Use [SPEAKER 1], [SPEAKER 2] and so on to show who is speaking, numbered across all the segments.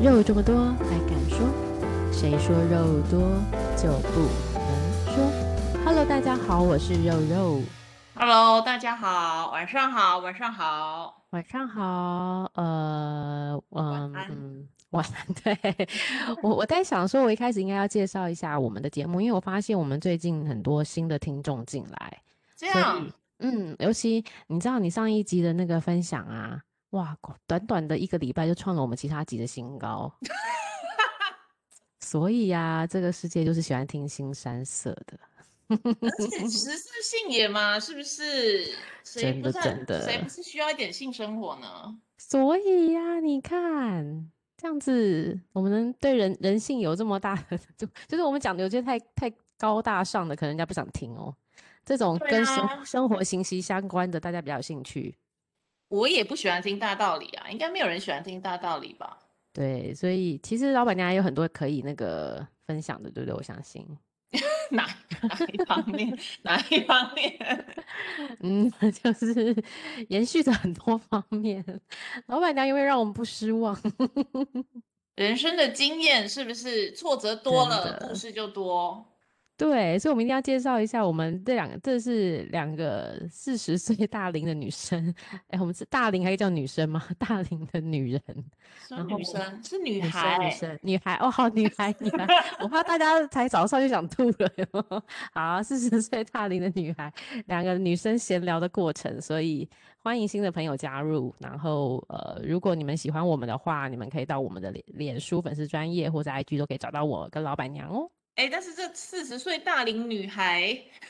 [SPEAKER 1] 肉这么多还敢说？谁说肉多就不能说？Hello，大家好，我是肉肉。
[SPEAKER 2] Hello，大家好，晚上好，晚上好。
[SPEAKER 1] 晚上好，呃，嗯
[SPEAKER 2] 安
[SPEAKER 1] 嗯，晚安。对 我，我在想说，我一开始应该要介绍一下我们的节目，因为我发现我们最近很多新的听众进来，
[SPEAKER 2] 这
[SPEAKER 1] 所
[SPEAKER 2] 样
[SPEAKER 1] 以，嗯，尤其你知道你上一集的那个分享啊，哇，短短的一个礼拜就创了我们其他集的新 高，所以呀、这个世界就是喜欢听新山色的。
[SPEAKER 2] 而且时事性也嘛，是不是？谁
[SPEAKER 1] 真
[SPEAKER 2] 不
[SPEAKER 1] 的
[SPEAKER 2] 是
[SPEAKER 1] 真的
[SPEAKER 2] 谁不是需要一点性生活呢？
[SPEAKER 1] 所以呀、你看这样子，我们能对人人性有这么大的， 就就是我们讲的有些太太高大上的，可能人家不想听哦。这种
[SPEAKER 2] 对
[SPEAKER 1] 跟生、
[SPEAKER 2] 啊
[SPEAKER 1] 生活息息相关的，大家比较有兴趣。
[SPEAKER 2] 我也不喜欢听大道理啊，应该没有人喜欢听大道理吧？
[SPEAKER 1] 对，所以其实老板娘也有很多可以那个分享的，对不对？我相信，
[SPEAKER 2] 哪哪一方面？哪一方面？
[SPEAKER 1] 嗯， 就是延续着很多方面。老板娘有没有让我们不失望？
[SPEAKER 2] 人生的经验是不是挫折多
[SPEAKER 1] 真
[SPEAKER 2] 了，
[SPEAKER 1] 的
[SPEAKER 2] 故事就多？
[SPEAKER 1] 对，所以我们一定要介绍一下我们这两个，这是两个四十岁大龄的女生。哎，我们是大龄还可以叫女生吗？ 大龄的女人，
[SPEAKER 2] 说
[SPEAKER 1] 然
[SPEAKER 2] 女
[SPEAKER 1] 后
[SPEAKER 2] 生是女
[SPEAKER 1] 女生，女
[SPEAKER 2] 孩，
[SPEAKER 1] 生，女孩，哦，好，女孩，女孩，我怕大家才早上就想吐了哟。好，四十岁大龄的女孩，两个女生闲聊的过程，所以欢迎新的朋友加入。然后，呃，如果你们喜欢我们的话，你们可以到我们的脸脸书粉丝专业或者 IG 都可以找到我跟老板娘哦。
[SPEAKER 2] 哎，但是这四十岁大龄女孩，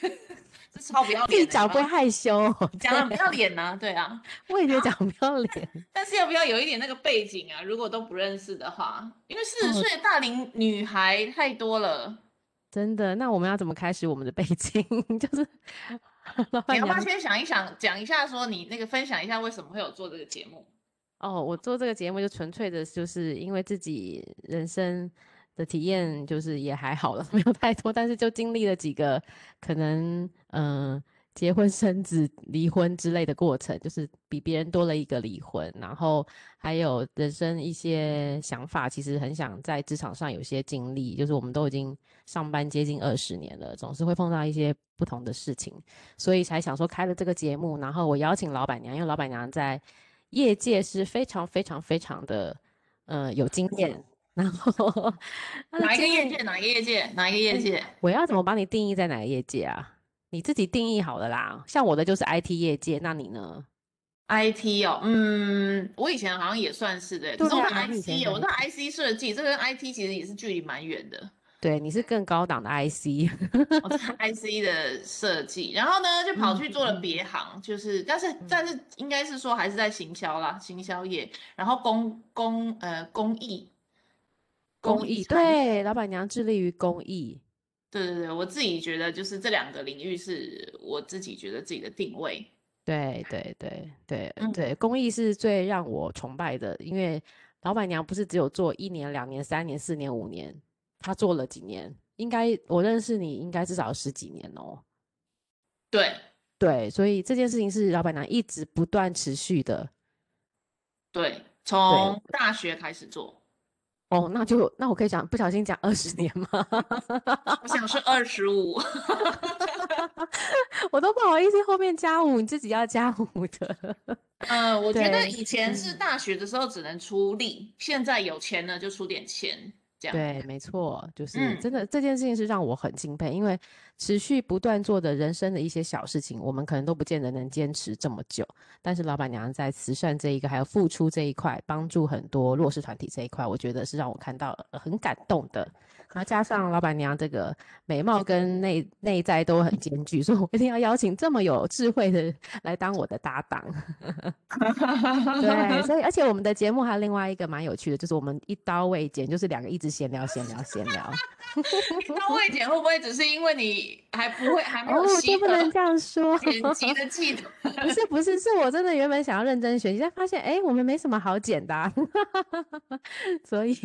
[SPEAKER 2] 这超不要
[SPEAKER 1] 自己
[SPEAKER 2] 脸的，
[SPEAKER 1] 讲不会害羞哦，
[SPEAKER 2] 讲得不要脸呢、对啊。
[SPEAKER 1] 我也觉得讲不要脸，
[SPEAKER 2] 但是要不要有一点那个背景啊？如果都不认识的话，因为四十
[SPEAKER 1] 哦
[SPEAKER 2] 岁的大龄女孩太多了。
[SPEAKER 1] 真的。那我们要怎么开始我们的背景？ 就是老
[SPEAKER 2] 你
[SPEAKER 1] 板
[SPEAKER 2] 要不要
[SPEAKER 1] 娘
[SPEAKER 2] 先想一想，讲一下说你那个分享一下为什么会有做这个节目？
[SPEAKER 1] 哦，我做这个节目就纯粹的，就是因为自己人生的体验就是也还好了，没 有太多，但是就经历了几个可能嗯、呃结婚生子、离婚之类的过程，就是比别人多了一个离婚，然后还有人生一些想法，其实很想在职场上有些经历，就是我们都已经上班接近二十年了，总是会碰到一些不同的事情，所以才想说开了这个节目，然后我邀请老板娘，因为老板娘在业界是非常非常非常的呃有经验，然后 她的
[SPEAKER 2] 哪
[SPEAKER 1] 啊
[SPEAKER 2] 一个
[SPEAKER 1] 经
[SPEAKER 2] 业
[SPEAKER 1] 验嗯
[SPEAKER 2] 界？哪一个业界？哪一个业界？
[SPEAKER 1] 我要怎么帮你定义在哪个业界啊？你自己定义好了啦。像我的就是 IT 业界，那你呢？
[SPEAKER 2] IT 哦，嗯，我以前好像也算是的，可是
[SPEAKER 1] 对
[SPEAKER 2] 我在
[SPEAKER 1] 啊你以前
[SPEAKER 2] IC，哦我
[SPEAKER 1] 很
[SPEAKER 2] 在 IC 设计，这跟 IT 其实也是距离蛮远的。
[SPEAKER 1] 对，你是更高档的 IC，
[SPEAKER 2] 我在 IC E 的设计，然后呢就跑去做了
[SPEAKER 1] 嗯
[SPEAKER 2] 别行，就是但是但是应该是说还是在行销啦，行销业，然后公公呃公益，
[SPEAKER 1] 公益。
[SPEAKER 2] 产业，
[SPEAKER 1] 对，老板娘致力于公益。
[SPEAKER 2] 对对对，我自己觉得就是这两个领域是我自己觉得自己的定位，
[SPEAKER 1] 对对对对
[SPEAKER 2] 嗯
[SPEAKER 1] 对，公益是最让我崇拜的，因为老板娘不是只有做一年、两年、三年、四年、五年，她做了几年？应该我认识你应该至少有十几年哦。
[SPEAKER 2] 对
[SPEAKER 1] 对，所以这件事情是老板娘一直不断持续的。
[SPEAKER 2] 对，从大学开始做，
[SPEAKER 1] 哦，那就那我可以讲不小心讲二十年吗？
[SPEAKER 2] 我想 是二十五，
[SPEAKER 1] 我都不好意思后面加五，你自己要加五的。
[SPEAKER 2] 呃，我觉得
[SPEAKER 1] 对
[SPEAKER 2] 以前是
[SPEAKER 1] 嗯
[SPEAKER 2] 大学的时候只能出力，现在有钱了就出点钱，这样，
[SPEAKER 1] 对，没错，就是
[SPEAKER 2] 嗯
[SPEAKER 1] 真的这件事情是让我很敬佩，因为持续不断做的人生的一些小事情，我们可能都不见得能坚持这么久。但是老板娘在慈善这一个，还有付出这一块，帮助很多弱势团体这一块，我觉得是让我看到呃很感动的。然后加上老板娘这个美貌跟内内在都很兼具，所以我一定要邀请这么有智慧的人来当我的搭档。 对，所以而且我们的节目还有另外一个蛮有趣的，就是我们一刀未剪，就是两个一直闲聊、闲聊、闲聊。
[SPEAKER 2] 那魏姐会不会只是因为你还不会还没
[SPEAKER 1] 哦
[SPEAKER 2] 有，习
[SPEAKER 1] 就不能
[SPEAKER 2] 得
[SPEAKER 1] 这样说，
[SPEAKER 2] 剪辑的技能？
[SPEAKER 1] 不是不是，是我真的原本想要认真学习，但发现哎，诶我们没什么好剪的、啊， 所以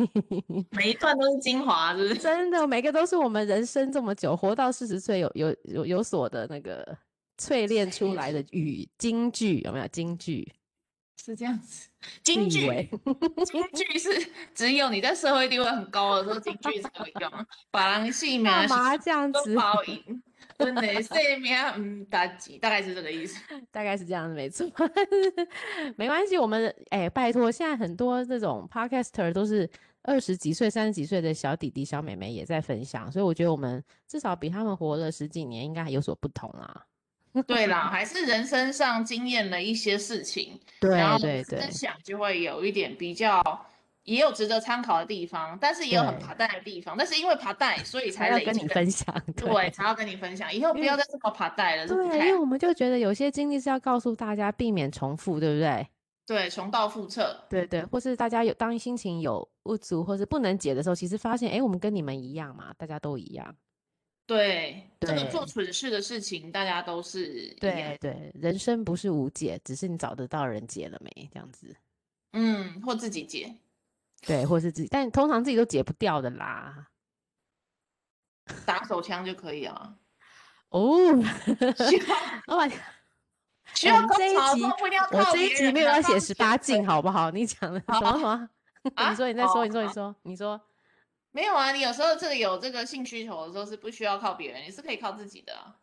[SPEAKER 2] 每一段都是精华，啊是不是？
[SPEAKER 1] 真的每个都是我们人生这么久，活到四十岁有有有有所的那个淬炼出来的语金句，有没有金句？
[SPEAKER 2] 是这样子。
[SPEAKER 1] 自
[SPEAKER 2] 京
[SPEAKER 1] 以
[SPEAKER 2] 剧，
[SPEAKER 1] 为
[SPEAKER 2] 京剧是只有你在社会地位很高的时候，京剧才会用。啊把人性命啊
[SPEAKER 1] 干嘛这样
[SPEAKER 2] 都
[SPEAKER 1] 子？
[SPEAKER 2] 包赢，真的性命嗯打击，大概是这个意思。
[SPEAKER 1] 大概是这样子，没错。 没关系，我们哎、拜托，现在很多这种 podcaster 都是二十几岁、三十几岁的小弟弟、小妹妹也在分享，所以我觉得我们至少比他们活了十几年，应该还有所不同啦。
[SPEAKER 2] 对啦，还是人生上经验了一些事情，
[SPEAKER 1] 对
[SPEAKER 2] 然后
[SPEAKER 1] 对对
[SPEAKER 2] 分享就会有一点比较，也有值得参考的地方，但是也有很
[SPEAKER 1] 对
[SPEAKER 2] 爬蛋的地方。但是因为爬蛋，所以
[SPEAKER 1] 才
[SPEAKER 2] 才
[SPEAKER 1] 要
[SPEAKER 2] 累
[SPEAKER 1] 跟
[SPEAKER 2] 积
[SPEAKER 1] 你
[SPEAKER 2] 的
[SPEAKER 1] 分 享。
[SPEAKER 2] 对，才要跟你分享。以后不
[SPEAKER 1] 因为
[SPEAKER 2] 要再这么爬蛋了，这
[SPEAKER 1] 对，
[SPEAKER 2] 不
[SPEAKER 1] 因
[SPEAKER 2] 太
[SPEAKER 1] 为
[SPEAKER 2] 好
[SPEAKER 1] 我们就觉得有些经历是要告诉大家，避免重复，对不对？
[SPEAKER 2] 对，重蹈覆辙。
[SPEAKER 1] 对对，或是大家有当心情有不足或是不能解的时候，其实发现，哎，我们跟你们一样嘛，大家都一样。
[SPEAKER 2] 对，这个做
[SPEAKER 1] 对
[SPEAKER 2] 蠢事的事情，大家都是一样
[SPEAKER 1] 对，对，人生不是无解，只是你找得到人解了没，这样子。
[SPEAKER 2] 嗯，或自己解。
[SPEAKER 1] 对，或是自己，但通常自己都解不掉的啦。
[SPEAKER 2] 打手枪就可以啊，
[SPEAKER 1] 哦，
[SPEAKER 2] 需要
[SPEAKER 1] 老板，
[SPEAKER 2] 需
[SPEAKER 1] 哎我
[SPEAKER 2] 要
[SPEAKER 1] 们
[SPEAKER 2] 高
[SPEAKER 1] 这一
[SPEAKER 2] 潮，
[SPEAKER 1] 集
[SPEAKER 2] 不一定要
[SPEAKER 1] 我
[SPEAKER 2] 靠
[SPEAKER 1] 这一
[SPEAKER 2] 别
[SPEAKER 1] 集
[SPEAKER 2] 人
[SPEAKER 1] 没有
[SPEAKER 2] 啊
[SPEAKER 1] 要写
[SPEAKER 2] 放
[SPEAKER 1] 十
[SPEAKER 2] 弃
[SPEAKER 1] 八
[SPEAKER 2] 了
[SPEAKER 1] 禁，好不好？你讲的什么什 么？
[SPEAKER 2] 啊
[SPEAKER 1] 你说，你再说，
[SPEAKER 2] 哦
[SPEAKER 1] 你说，你
[SPEAKER 2] 好
[SPEAKER 1] 说，你说，
[SPEAKER 2] 没有啊，你有时候这个有这个性需求的时候是不需要靠别人，你是可以靠自己的啊。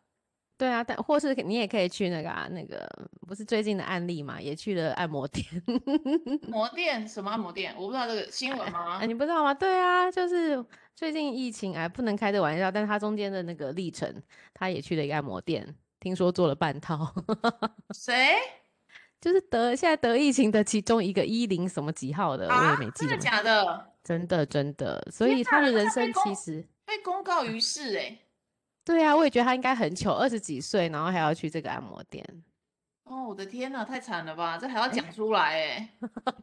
[SPEAKER 1] 对啊，但或是你也可以去那个啊，那个不是最近的案例嘛，也去了按摩店。
[SPEAKER 2] 摩电什么按摩店，我不知道这个新闻 吗
[SPEAKER 1] 哎，？你不知道吗？对啊，就是最近疫情，哎，不能开这玩笑，但是他中间的那个历程，他也去了一个按摩店，听说做了半套，
[SPEAKER 2] 谁
[SPEAKER 1] 就是得现在得疫情的其中一个一零什么几号的，我也
[SPEAKER 2] 啊
[SPEAKER 1] 没？记
[SPEAKER 2] 真
[SPEAKER 1] 得
[SPEAKER 2] 的
[SPEAKER 1] 名
[SPEAKER 2] 假的？
[SPEAKER 1] 真的真的，所
[SPEAKER 2] 天
[SPEAKER 1] 以他
[SPEAKER 2] 哪
[SPEAKER 1] 的
[SPEAKER 2] 那
[SPEAKER 1] 人
[SPEAKER 2] 他
[SPEAKER 1] 生
[SPEAKER 2] 被
[SPEAKER 1] 其
[SPEAKER 2] 公
[SPEAKER 1] 实，
[SPEAKER 2] 被公告于世哎、
[SPEAKER 1] 对啊，我也觉得他应该很糗，二十几岁，然后还要去这个按摩店。
[SPEAKER 2] 哦，我的天呐，太惨了吧！这还要讲出来哎、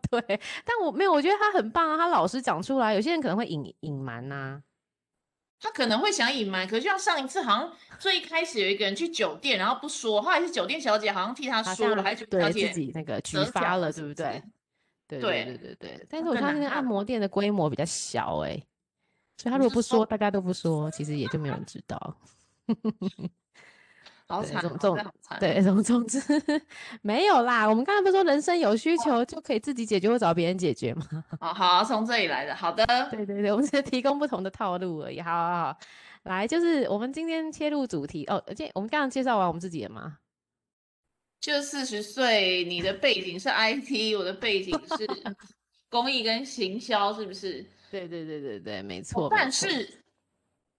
[SPEAKER 1] 对，但我没有，我觉得他很棒啊，他老实讲出来，有些人可能会隐隐瞒啊呐、
[SPEAKER 2] 他可能会想隐瞒，可是就像上一次，好像最一开始有一个人去酒店，然后不说，后来是酒店小姐好像替他
[SPEAKER 1] 好
[SPEAKER 2] 说了，
[SPEAKER 1] 像
[SPEAKER 2] 还是酒店小
[SPEAKER 1] 对自
[SPEAKER 2] 姐
[SPEAKER 1] 己那个举
[SPEAKER 2] 折
[SPEAKER 1] 发
[SPEAKER 2] 角
[SPEAKER 1] 了，
[SPEAKER 2] 是
[SPEAKER 1] 对
[SPEAKER 2] 不
[SPEAKER 1] 不对
[SPEAKER 2] 是？
[SPEAKER 1] 对
[SPEAKER 2] 对
[SPEAKER 1] 对对对，但
[SPEAKER 2] 那
[SPEAKER 1] 是我
[SPEAKER 2] 更
[SPEAKER 1] 相
[SPEAKER 2] 难
[SPEAKER 1] 信那按
[SPEAKER 2] 看
[SPEAKER 1] 摩店的规模比较小哎、所以他
[SPEAKER 2] 你
[SPEAKER 1] 如果
[SPEAKER 2] 是
[SPEAKER 1] 不
[SPEAKER 2] 说
[SPEAKER 1] 说，大家都不说，其实也就没有人知道。
[SPEAKER 2] 好
[SPEAKER 1] 对
[SPEAKER 2] 惨
[SPEAKER 1] 这
[SPEAKER 2] 哦，
[SPEAKER 1] 种这种
[SPEAKER 2] 真的好惨。
[SPEAKER 1] 对，总总之 没有啦。我们刚才不是说人生有需求就可以自己解决或找别人解决吗？
[SPEAKER 2] 好哦好，从这里来的，好的，
[SPEAKER 1] 对对对，我们只是提供不同的套路而已。好好好，来，就是我们今天切入主题哦。而且我们刚刚介绍完我们自己了吗？
[SPEAKER 2] 就四十岁，你的背景是 IT，我的背景是 公益跟行销，是不是？
[SPEAKER 1] 对对对对对，没错。没
[SPEAKER 2] 但
[SPEAKER 1] 错
[SPEAKER 2] 是，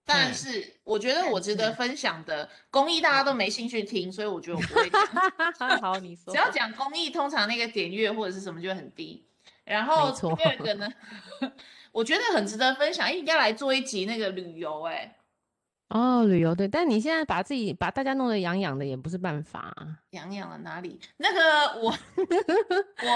[SPEAKER 2] 但
[SPEAKER 1] 嗯
[SPEAKER 2] 是，我觉得
[SPEAKER 1] 但
[SPEAKER 2] 我值得
[SPEAKER 1] 是
[SPEAKER 2] 分享的公益大家都
[SPEAKER 1] 嗯
[SPEAKER 2] 没兴趣听，所以我觉得我不会讲。
[SPEAKER 1] 好，你说
[SPEAKER 2] 只要讲公益，通常那个点阅或者是什么就会很低。然
[SPEAKER 1] 没
[SPEAKER 2] 后
[SPEAKER 1] 错
[SPEAKER 2] 第二个呢， 我觉得很值得分享，应该来做一集那个旅游、哎，
[SPEAKER 1] 哦，旅游对，但你现在把自己把大家弄得痒痒的也不是办法啊，
[SPEAKER 2] 痒痒了哪里？那 个我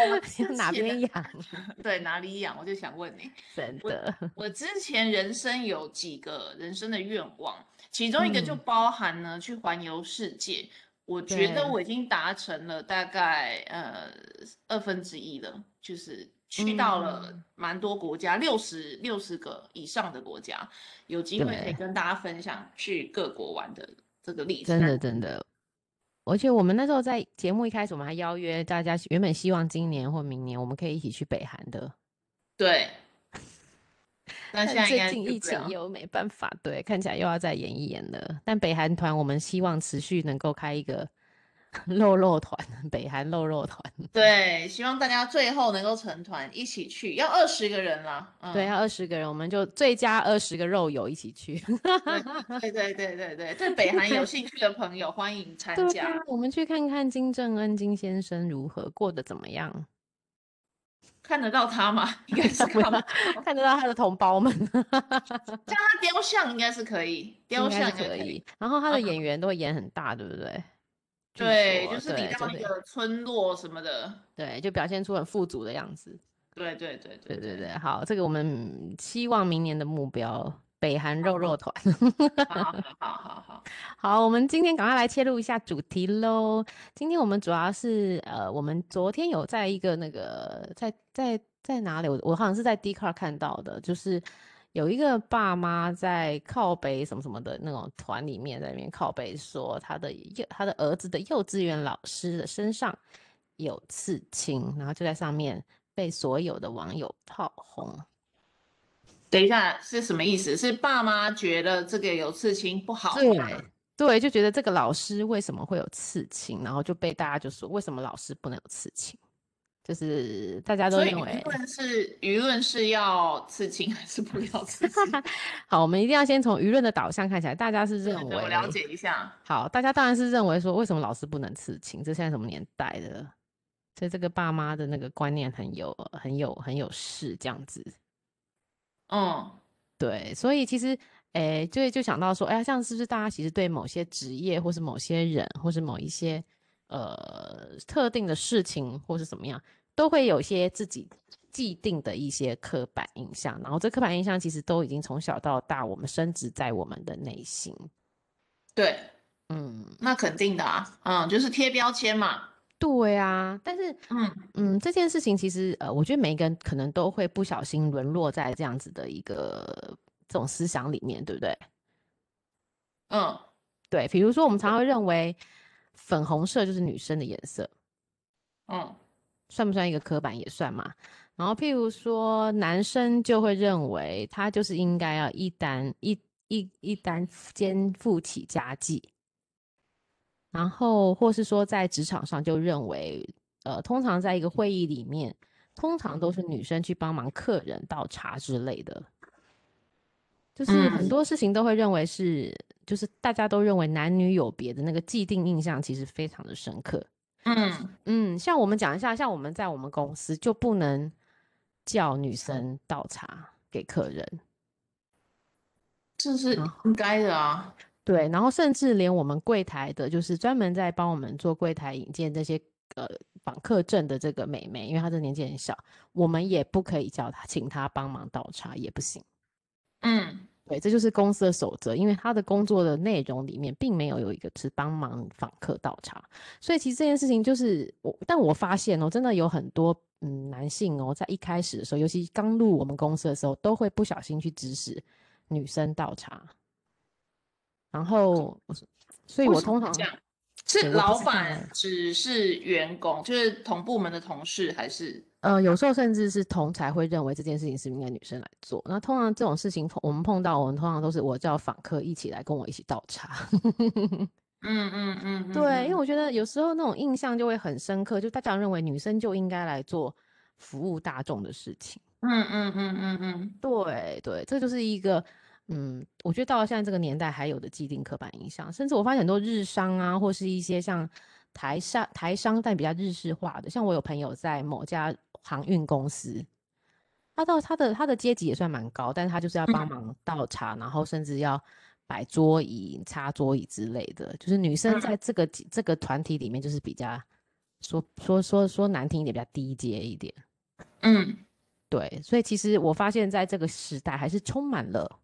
[SPEAKER 2] 我之
[SPEAKER 1] 哪
[SPEAKER 2] 前
[SPEAKER 1] 边痒？
[SPEAKER 2] 对哪里痒，我就想问你，
[SPEAKER 1] 真
[SPEAKER 2] 我
[SPEAKER 1] 的，
[SPEAKER 2] 我之前人生有几个人生的愿望，其中一个就
[SPEAKER 1] 嗯
[SPEAKER 2] 包含呢去环游世界。我觉得
[SPEAKER 1] 对
[SPEAKER 2] 我已经达成了大概呃二分之一了，就是去到了
[SPEAKER 1] 嗯
[SPEAKER 2] 蛮多国家，六十六十个以上的国家，有机会可以
[SPEAKER 1] 对
[SPEAKER 2] 跟大家分享去各国玩的这个历
[SPEAKER 1] 真
[SPEAKER 2] 程。
[SPEAKER 1] 的真的。而且我们那时候在节目一开始，我们还邀约大家，原本希望今年或明年我们可以一起去北韩的，
[SPEAKER 2] 对，那
[SPEAKER 1] 但
[SPEAKER 2] 现在应
[SPEAKER 1] 最
[SPEAKER 2] 该
[SPEAKER 1] 近
[SPEAKER 2] 去
[SPEAKER 1] 疫
[SPEAKER 2] 不
[SPEAKER 1] 情
[SPEAKER 2] 了
[SPEAKER 1] 又没办法，对，看起来又要再演一演了。但北韩团我们希望持续能够开一个 肉肉团，北韩肉肉团，
[SPEAKER 2] 嗯对，希望大家最后能够成团一起去，要二十个人啦。嗯，
[SPEAKER 1] 对，要二十个人，我们就最佳二十个肉友一起去。
[SPEAKER 2] 对对对对对，对北韩有兴趣的朋友欢迎参
[SPEAKER 1] 对啊
[SPEAKER 2] 加，，
[SPEAKER 1] 我们去看看金正恩金先生如何过得怎么 样，
[SPEAKER 2] 看得到他吗？ 应该是
[SPEAKER 1] 不
[SPEAKER 2] 看不
[SPEAKER 1] 要
[SPEAKER 2] 到，
[SPEAKER 1] 看得到他的同胞们，
[SPEAKER 2] 像他雕像应该是可以，雕
[SPEAKER 1] 应该
[SPEAKER 2] 像
[SPEAKER 1] 是
[SPEAKER 2] 应该
[SPEAKER 1] 可
[SPEAKER 2] 以。
[SPEAKER 1] 以。然后他的
[SPEAKER 2] 嗯
[SPEAKER 1] 演员都会演很大，对不对？据
[SPEAKER 2] 对，
[SPEAKER 1] 说
[SPEAKER 2] 就是你
[SPEAKER 1] 对
[SPEAKER 2] 到
[SPEAKER 1] 就
[SPEAKER 2] 那
[SPEAKER 1] 会
[SPEAKER 2] 个村落什么的，
[SPEAKER 1] 对，就表现出很富足的样子。
[SPEAKER 2] 对对对
[SPEAKER 1] 对对
[SPEAKER 2] 对
[SPEAKER 1] 对，好，这个我们希望明年的目标，北韩肉肉团。
[SPEAKER 2] 好好好好好，
[SPEAKER 1] 好，我们今天赶快来切入一下主题喽。今天我们主要是呃，我们昨天有在一个那个在在在哪里？我我好像是在 d c a r 看到的，就是有一个爸妈在靠北什么什么的那种团里面，在那边靠北说他的幼他的儿子的幼稚园老师的身上有刺青，然后就在上面被所有的网友炮轰。
[SPEAKER 2] 等一下是什么意思？是爸妈觉得这个有刺青不好，
[SPEAKER 1] 对对，就觉得这个老师为什么会有刺青，然后就被大家就说为什么老师不能有刺青，就是大家都
[SPEAKER 2] 所以
[SPEAKER 1] 认
[SPEAKER 2] 舆
[SPEAKER 1] 为。
[SPEAKER 2] 论是舆论是要刺青还是不 要刺青？
[SPEAKER 1] 好，我们一定要先从舆论的导向看起来，大家是认为
[SPEAKER 2] 我了解一下。
[SPEAKER 1] 好，大家当然是认为说，为什么老师不能刺青？这现在什么年代的？所以这个爸妈的那个观念很有、很有、很有势这样子。
[SPEAKER 2] 嗯，
[SPEAKER 1] 对，所以其实，诶，就就想到说，哎呀，这样是不是大家其实对某些职业，或是某些人，或是某一些呃特定的事情，或是怎么样，都会有一些自己既定的一些刻板印象。然后这刻板印象其实都已经从小到大，我们深植在我们的内心。
[SPEAKER 2] 对，
[SPEAKER 1] 嗯，
[SPEAKER 2] 那肯定的啊。嗯，就是贴标签嘛。
[SPEAKER 1] 对啊，但是
[SPEAKER 2] 嗯，
[SPEAKER 1] 嗯，这件事情其实呃，我觉得每一个人可能都会不小心沦落在这样子的一个这种思想里面，对不对？
[SPEAKER 2] 嗯，
[SPEAKER 1] 对，比如说我们常会认为粉红色就是女生的颜色，
[SPEAKER 2] 嗯，
[SPEAKER 1] 算不算一个刻板也算嘛？然后譬如说男生就会认为他就是应该要一单一一一单肩负起家计，然后或是说在职场上就认为，呃，通常在一个会议里面，通常都是女生去帮忙客人倒茶之类的，就是很
[SPEAKER 2] 嗯
[SPEAKER 1] 多事情都会认为是，就是大家都认为男女有别的那个既定印象，其实非常的深刻。
[SPEAKER 2] 嗯，
[SPEAKER 1] 嗯，像我们讲一下，像我们在我们公司就不能叫女生倒茶给客人，
[SPEAKER 2] 这是
[SPEAKER 1] 然
[SPEAKER 2] 应该的啊。
[SPEAKER 1] 对，然后甚至连我们柜台的，就是专门在帮我们做柜台引荐这些呃访客证的这个美眉，因为她这年纪很小，我们也不可以叫她，请她帮忙倒茶也不行。
[SPEAKER 2] 嗯，
[SPEAKER 1] 对，这就是公司的守则，因为她的工作的内容里面并没有有一个是帮忙访客倒茶，所以其实这件事情就是我，但我发现哦，真的有很多嗯男性哦，在一开始的时候，尤其刚入我们公司的时候，都会不小心去指使女生倒茶，然后我是，所以
[SPEAKER 2] 为
[SPEAKER 1] 我
[SPEAKER 2] 什么
[SPEAKER 1] 通
[SPEAKER 2] 会
[SPEAKER 1] 常
[SPEAKER 2] 这样是
[SPEAKER 1] 对我不
[SPEAKER 2] 老
[SPEAKER 1] 知道哎
[SPEAKER 2] 板只是员工，就是同部门的同事，还是
[SPEAKER 1] 呃，有时候甚至是同才会认为这件事情是应该女生来做。那通常这种事情，我们碰到，我们通常都是我叫访客一起来跟我一起倒茶。
[SPEAKER 2] 嗯嗯嗯嗯
[SPEAKER 1] 对，因为
[SPEAKER 2] 嗯
[SPEAKER 1] 我觉得有时候那种印象就会很深刻，就大家认为女生就应该来做服务大众的事情。
[SPEAKER 2] 嗯嗯嗯嗯嗯，
[SPEAKER 1] 对对，这就是一个，嗯，我觉得到了现在这个年代还有的既定刻板印象，甚至我发现很多日商啊，或是一些像台商台商，但比较日式化的，像我有朋友在某家航运公司，他到他的他的阶级也算蛮高，但是他就是要帮
[SPEAKER 2] 嗯
[SPEAKER 1] 忙倒茶，然后甚至要摆桌椅、擦桌椅之类的，就是女生
[SPEAKER 2] 嗯
[SPEAKER 1] 在这个集这个团体里面就是比较说说说说难听一点，比较低阶一点。
[SPEAKER 2] 嗯
[SPEAKER 1] 对，所以其实我发现，在这个时代，还是充满了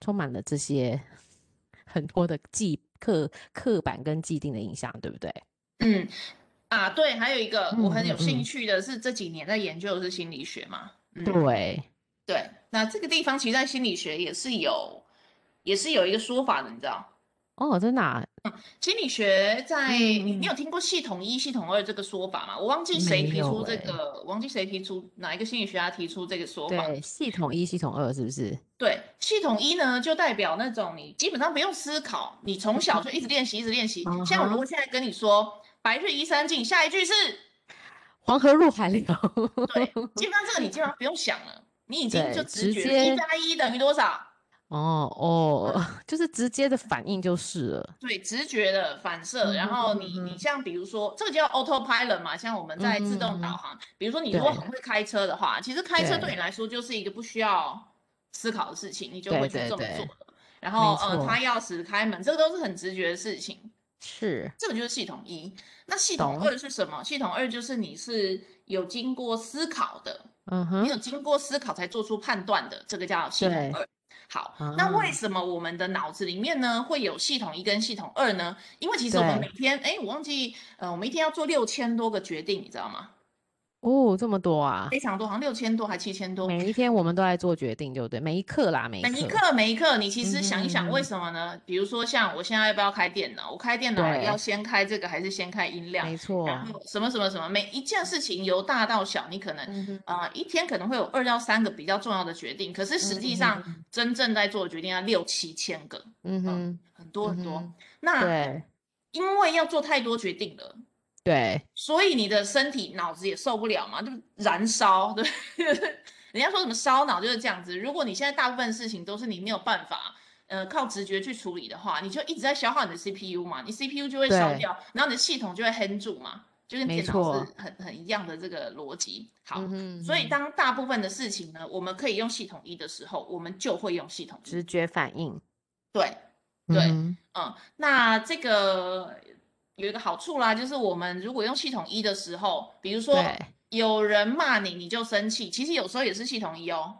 [SPEAKER 1] 充满了这些很多的既刻刻板跟既定的印象，对不对？
[SPEAKER 2] 嗯啊，对，还有一个我
[SPEAKER 1] 嗯
[SPEAKER 2] 很有
[SPEAKER 1] 嗯
[SPEAKER 2] 兴
[SPEAKER 1] 嗯，
[SPEAKER 2] 趣的是这几年在研究的是心理学嘛，嗯，
[SPEAKER 1] 对，
[SPEAKER 2] 对，那这个地方其实在心理学也是有，也是有一个说法的，你知道，
[SPEAKER 1] 哦，真的啊，
[SPEAKER 2] 心理学在你你
[SPEAKER 1] 嗯，
[SPEAKER 2] 有听过系统一、系统二这个说法吗？我忘记谁
[SPEAKER 1] 没
[SPEAKER 2] 提
[SPEAKER 1] 有欸
[SPEAKER 2] 出这
[SPEAKER 1] 诶，
[SPEAKER 2] 个，忘记谁提出哪一个心理学家提出这个说法。
[SPEAKER 1] 对，系统一、系统二是不是？
[SPEAKER 2] 对，系统一呢，就代表那种你基本上不用思考，你从小就一直练习，一直练习。
[SPEAKER 1] 嗯
[SPEAKER 2] 像我如
[SPEAKER 1] 哼，
[SPEAKER 2] 果现在跟你说“白日依山尽”，下 一句是，
[SPEAKER 1] 黄河入海流，
[SPEAKER 2] 对，基本上这个你基本上不用想了，你已经就
[SPEAKER 1] 对，直
[SPEAKER 2] 直觉了，一
[SPEAKER 1] 接，
[SPEAKER 2] 加一等于多少？
[SPEAKER 1] 哦
[SPEAKER 2] 嗯，
[SPEAKER 1] 哦， 就是直接的反应就是了，
[SPEAKER 2] 对，直觉的反射。
[SPEAKER 1] 嗯
[SPEAKER 2] 然
[SPEAKER 1] 哼
[SPEAKER 2] 后
[SPEAKER 1] 嗯
[SPEAKER 2] 你你
[SPEAKER 1] 哼
[SPEAKER 2] 像比如说，这个叫 autopilot 嘛，像我们
[SPEAKER 1] 嗯
[SPEAKER 2] 在自
[SPEAKER 1] 哼
[SPEAKER 2] 动
[SPEAKER 1] 嗯
[SPEAKER 2] 导
[SPEAKER 1] 哼，
[SPEAKER 2] 航，比如说你如果
[SPEAKER 1] 对
[SPEAKER 2] 很会开车的话，其实开车对你
[SPEAKER 1] 对
[SPEAKER 2] 来说就是一个不需要思考的事情，你就
[SPEAKER 1] 对
[SPEAKER 2] 会去
[SPEAKER 1] 对
[SPEAKER 2] 这么做
[SPEAKER 1] 对，
[SPEAKER 2] 了。然后
[SPEAKER 1] 没
[SPEAKER 2] 呃，
[SPEAKER 1] 错，
[SPEAKER 2] 开钥匙、开门，这个都是很直觉的事情。
[SPEAKER 1] 是，
[SPEAKER 2] 这个就是系统一。那系统
[SPEAKER 1] 懂，
[SPEAKER 2] 二是什么？系统二就是你是有经过思考的，
[SPEAKER 1] 嗯
[SPEAKER 2] 你
[SPEAKER 1] 哼，
[SPEAKER 2] 有经过思考才做出判断的，这个叫系统
[SPEAKER 1] 对。
[SPEAKER 2] 二。好，那为
[SPEAKER 1] 啊，
[SPEAKER 2] 什么我们的脑子里面呢会有系统一跟系统二呢？因为其实我们每
[SPEAKER 1] 对，
[SPEAKER 2] 天，哎，我忘记，呃，我们一天要做六千多个决定，你知道吗？
[SPEAKER 1] 哦，这么多啊！
[SPEAKER 2] 非常多，好像六千多还七千多。
[SPEAKER 1] 每一天我们都在做决定，就对，每一刻啦，每
[SPEAKER 2] 每
[SPEAKER 1] 一
[SPEAKER 2] 一
[SPEAKER 1] 刻，
[SPEAKER 2] 刻每一刻，你其实想一想，为
[SPEAKER 1] 嗯
[SPEAKER 2] 什么呢？比如说像我现在要不要开电脑？我开电脑
[SPEAKER 1] 对
[SPEAKER 2] 要先开这个还是先开音量？
[SPEAKER 1] 没错，
[SPEAKER 2] 然后什么什么什么，每一件事情由大到小，你可能
[SPEAKER 1] 嗯哼
[SPEAKER 2] 啊、呃一天可能会有二到三个比较重要的决定，可是实际上真正在做的决定要六七千个，
[SPEAKER 1] 嗯哼，
[SPEAKER 2] 很多很多。
[SPEAKER 1] 嗯
[SPEAKER 2] 那
[SPEAKER 1] 对
[SPEAKER 2] 因为要做太多决定了。
[SPEAKER 1] 对，
[SPEAKER 2] 所以你的身体脑子也受不了嘛，就燃烧， 对。人家说什么烧脑就是这样子。如果你现在大部分事情都是你没有办法，呃，靠直觉去处理的话，你就一直在消耗你的 CPU 嘛，你 CPU 就会烧
[SPEAKER 1] 对
[SPEAKER 2] 掉，然后你的系统就会 hang 住嘛，就跟
[SPEAKER 1] 没
[SPEAKER 2] 电脑
[SPEAKER 1] 错
[SPEAKER 2] 是很很一样的这个逻辑。好，
[SPEAKER 1] 嗯哼
[SPEAKER 2] 所以
[SPEAKER 1] 嗯哼
[SPEAKER 2] 当大部分的事情呢，我们可以用系统一的时候，我们就会用系统一。
[SPEAKER 1] 直觉反应，
[SPEAKER 2] 对，对
[SPEAKER 1] 嗯
[SPEAKER 2] 嗯，那这个有一个好处啦，就是我们如果用系统一的时候，比如
[SPEAKER 1] 哼
[SPEAKER 2] 说
[SPEAKER 1] 对，
[SPEAKER 2] 有人骂你，你就生气，其实有时候也是系统一哦。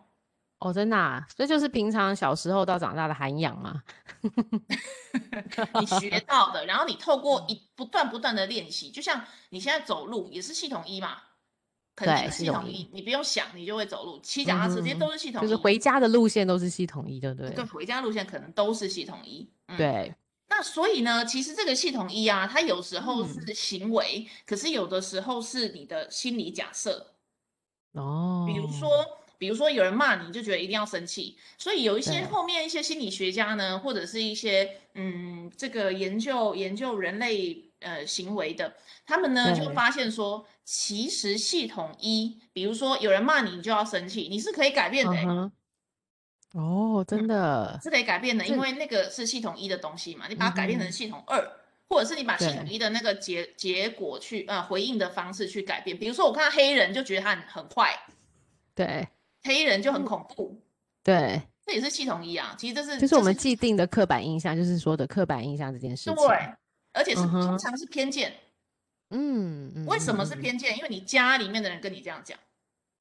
[SPEAKER 1] 哦，真的啊，这就是平常小时候到长大的涵养嘛，
[SPEAKER 2] 你学到的，然后你透
[SPEAKER 1] 嗯
[SPEAKER 2] 过一不断不断的练习，就像你现在走路也是系统一嘛，肯定
[SPEAKER 1] 对
[SPEAKER 2] 是
[SPEAKER 1] 系
[SPEAKER 2] 系
[SPEAKER 1] 统
[SPEAKER 2] 统
[SPEAKER 1] 一
[SPEAKER 2] 一，你不用想你就会走路，骑脚踏车这些
[SPEAKER 1] 嗯哼
[SPEAKER 2] 都是系统一，
[SPEAKER 1] 就是回家的路线都是系统一，对不
[SPEAKER 2] 对
[SPEAKER 1] 对？
[SPEAKER 2] 回家路线可能都是系统一，嗯。
[SPEAKER 1] 对，
[SPEAKER 2] 那所以呢，其实这个系统一啊，它有时候
[SPEAKER 1] 嗯
[SPEAKER 2] 是行为，可是有的时候是你的心理假设。
[SPEAKER 1] 哦，
[SPEAKER 2] 比如说，比如说有人骂你，你就觉得一定要生气，所以有一些
[SPEAKER 1] 对
[SPEAKER 2] 后面一些心理学家呢，或者是一些嗯，这个研究研究人类呃行为的，他们呢就
[SPEAKER 1] 对
[SPEAKER 2] 发现说，其实系统一，比如说有人骂你，你就要生气，你是可以改变的欸、
[SPEAKER 1] 嗯哼，哦，真的，
[SPEAKER 2] 是可以改变的，因
[SPEAKER 1] 这
[SPEAKER 2] 为那个是系统一的东西嘛，你把它改
[SPEAKER 1] 嗯
[SPEAKER 2] 变成
[SPEAKER 1] 哼
[SPEAKER 2] 系统二，或者是你把系统
[SPEAKER 1] 对
[SPEAKER 2] 一的那个结结果去呃回应的方式去改变。比如说，我看到黑人就觉得他很很坏，
[SPEAKER 1] 对
[SPEAKER 2] 黑人就
[SPEAKER 1] 嗯
[SPEAKER 2] 很恐怖，
[SPEAKER 1] 对，
[SPEAKER 2] 这也是系统一啊。其实这是
[SPEAKER 1] 就是我们
[SPEAKER 2] 这
[SPEAKER 1] 既定的刻板印象，就是说的刻板印象这件事情，
[SPEAKER 2] 对，而且是
[SPEAKER 1] 嗯
[SPEAKER 2] 通
[SPEAKER 1] 哼
[SPEAKER 2] 常是偏见。
[SPEAKER 1] 嗯，嗯
[SPEAKER 2] 为什么是
[SPEAKER 1] 嗯嗯
[SPEAKER 2] 偏见？因为你家里面的人跟你这样讲，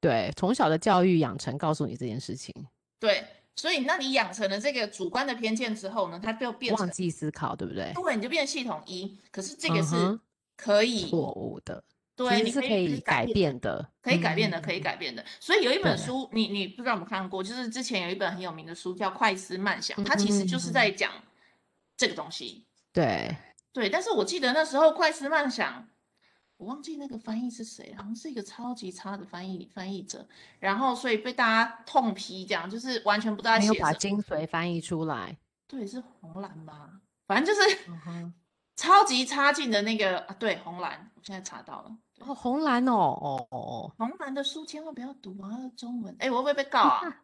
[SPEAKER 1] 对，从小的教育养成告诉你这件事情，
[SPEAKER 2] 对，所以那你养成了这个主观的偏见之后呢，它就变
[SPEAKER 1] 忘
[SPEAKER 2] 成
[SPEAKER 1] 记思考，对不对？
[SPEAKER 2] 对，你就变系统一。可是这个
[SPEAKER 1] 嗯
[SPEAKER 2] 是
[SPEAKER 1] 哼
[SPEAKER 2] 可以，
[SPEAKER 1] 错误的，
[SPEAKER 2] 对，
[SPEAKER 1] 其
[SPEAKER 2] 你
[SPEAKER 1] 实是
[SPEAKER 2] 可
[SPEAKER 1] 可
[SPEAKER 2] 以可
[SPEAKER 1] 以
[SPEAKER 2] 以
[SPEAKER 1] 改
[SPEAKER 2] 改变的。
[SPEAKER 1] 变的，
[SPEAKER 2] 可以改变的，可以
[SPEAKER 1] 嗯
[SPEAKER 2] 改变的。所以有一本
[SPEAKER 1] 对
[SPEAKER 2] 书，你你不知道有没有看过，就是之前有一本很有名的书叫《快思慢想》，
[SPEAKER 1] 嗯
[SPEAKER 2] 它其实就是
[SPEAKER 1] 嗯
[SPEAKER 2] 在讲这个东西。
[SPEAKER 1] 对，
[SPEAKER 2] 对，但是我记得那时候《快思慢想》，我忘记那个翻译是谁了，好像是一个超级差的翻译翻译者，然后所以被大家痛批，这样就是完全不知道在
[SPEAKER 1] 没有
[SPEAKER 2] 写
[SPEAKER 1] 把
[SPEAKER 2] 什么。
[SPEAKER 1] 精髓翻译出来，
[SPEAKER 2] 对，是红蓝吧？反正就是
[SPEAKER 1] 嗯哼，
[SPEAKER 2] 超级差劲的那个啊，对，红蓝，我现在查到了。对，
[SPEAKER 1] 哦，红蓝哦，哦哦哦，
[SPEAKER 2] 红蓝的书千万不要读啊，中文，哎，我会不会被告啊？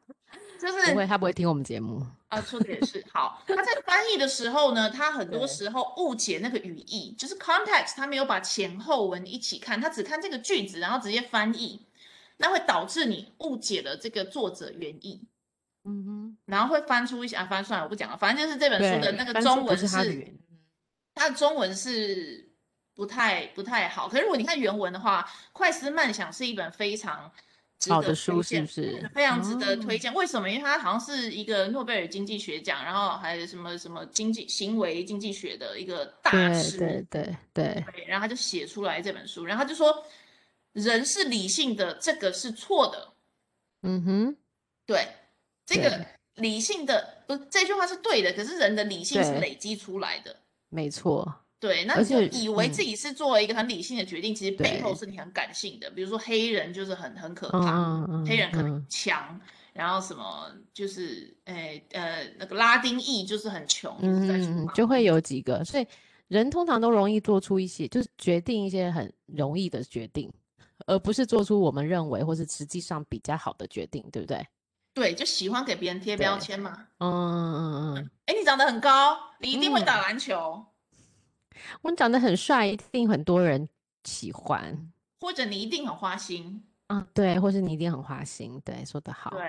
[SPEAKER 2] 就是
[SPEAKER 1] 不会，他不会听我们节目，
[SPEAKER 2] 啊，说的也是。 好，他在翻译的时候呢，他很多
[SPEAKER 1] 对
[SPEAKER 2] 时候误解那个语义，就是 context，他没有把前后文一起看，他只看这个句子，然后直接翻译，那会导致你误解了这个作者原意，
[SPEAKER 1] 嗯哼，
[SPEAKER 2] 然后会翻出一些啊，翻算了，我不讲了，反正就是这本书的
[SPEAKER 1] 对，
[SPEAKER 2] 那个
[SPEAKER 1] 翻
[SPEAKER 2] 中
[SPEAKER 1] 书不
[SPEAKER 2] 文
[SPEAKER 1] 是他的
[SPEAKER 2] 是，
[SPEAKER 1] 原因，
[SPEAKER 2] 嗯它的中文是不太不太好。可是如果你看原文的话，《快思慢想》是一本非常。值
[SPEAKER 1] 好
[SPEAKER 2] 得
[SPEAKER 1] 的
[SPEAKER 2] 推
[SPEAKER 1] 书是
[SPEAKER 2] 荐
[SPEAKER 1] 不，是？
[SPEAKER 2] 非常值得推
[SPEAKER 1] 哦，
[SPEAKER 2] 荐。为什么？因为它好像是一个诺贝尔经济学奖，然后还有什么什么经济行为经济学的一个大
[SPEAKER 1] 对对
[SPEAKER 2] 师，
[SPEAKER 1] 对对，
[SPEAKER 2] 对，然后他就写出来这本书，然后他就说人是理性的，这个是错的，
[SPEAKER 1] 嗯哼，
[SPEAKER 2] 对，这
[SPEAKER 1] 对
[SPEAKER 2] 个理性的不是这句话是对的，可是人的理性是
[SPEAKER 1] 对
[SPEAKER 2] 累积出来的。
[SPEAKER 1] 没错，
[SPEAKER 2] 对，那
[SPEAKER 1] 而
[SPEAKER 2] 你就
[SPEAKER 1] 且
[SPEAKER 2] 以为
[SPEAKER 1] 嗯，
[SPEAKER 2] 自己是做了一个很理性的决定，其实背后
[SPEAKER 1] 对，
[SPEAKER 2] 是你很感性的。比如说黑人就是很很可
[SPEAKER 1] 嗯
[SPEAKER 2] 怕，
[SPEAKER 1] 嗯
[SPEAKER 2] 黑人很
[SPEAKER 1] 嗯
[SPEAKER 2] 强，然后什么就是诶呃那个拉丁裔就是很穷，就是在厨
[SPEAKER 1] 嗯嗯，
[SPEAKER 2] 房。
[SPEAKER 1] 就会有几个，所以人通常都容易做出一些，就是决定一些很容易的决定，而不是做出我们认为或是实际上比较好的决定，对不对？
[SPEAKER 2] 对，就喜欢给别人贴标
[SPEAKER 1] 对，
[SPEAKER 2] 签嘛。
[SPEAKER 1] 嗯嗯嗯
[SPEAKER 2] 诶，你长得很高，你一定会
[SPEAKER 1] 嗯，嗯
[SPEAKER 2] 打篮球，
[SPEAKER 1] 我长得很帅，一定很多人喜欢。
[SPEAKER 2] 或者你一定很花心。
[SPEAKER 1] 嗯，对，或是你一定很花心，对，说得好，
[SPEAKER 2] 对，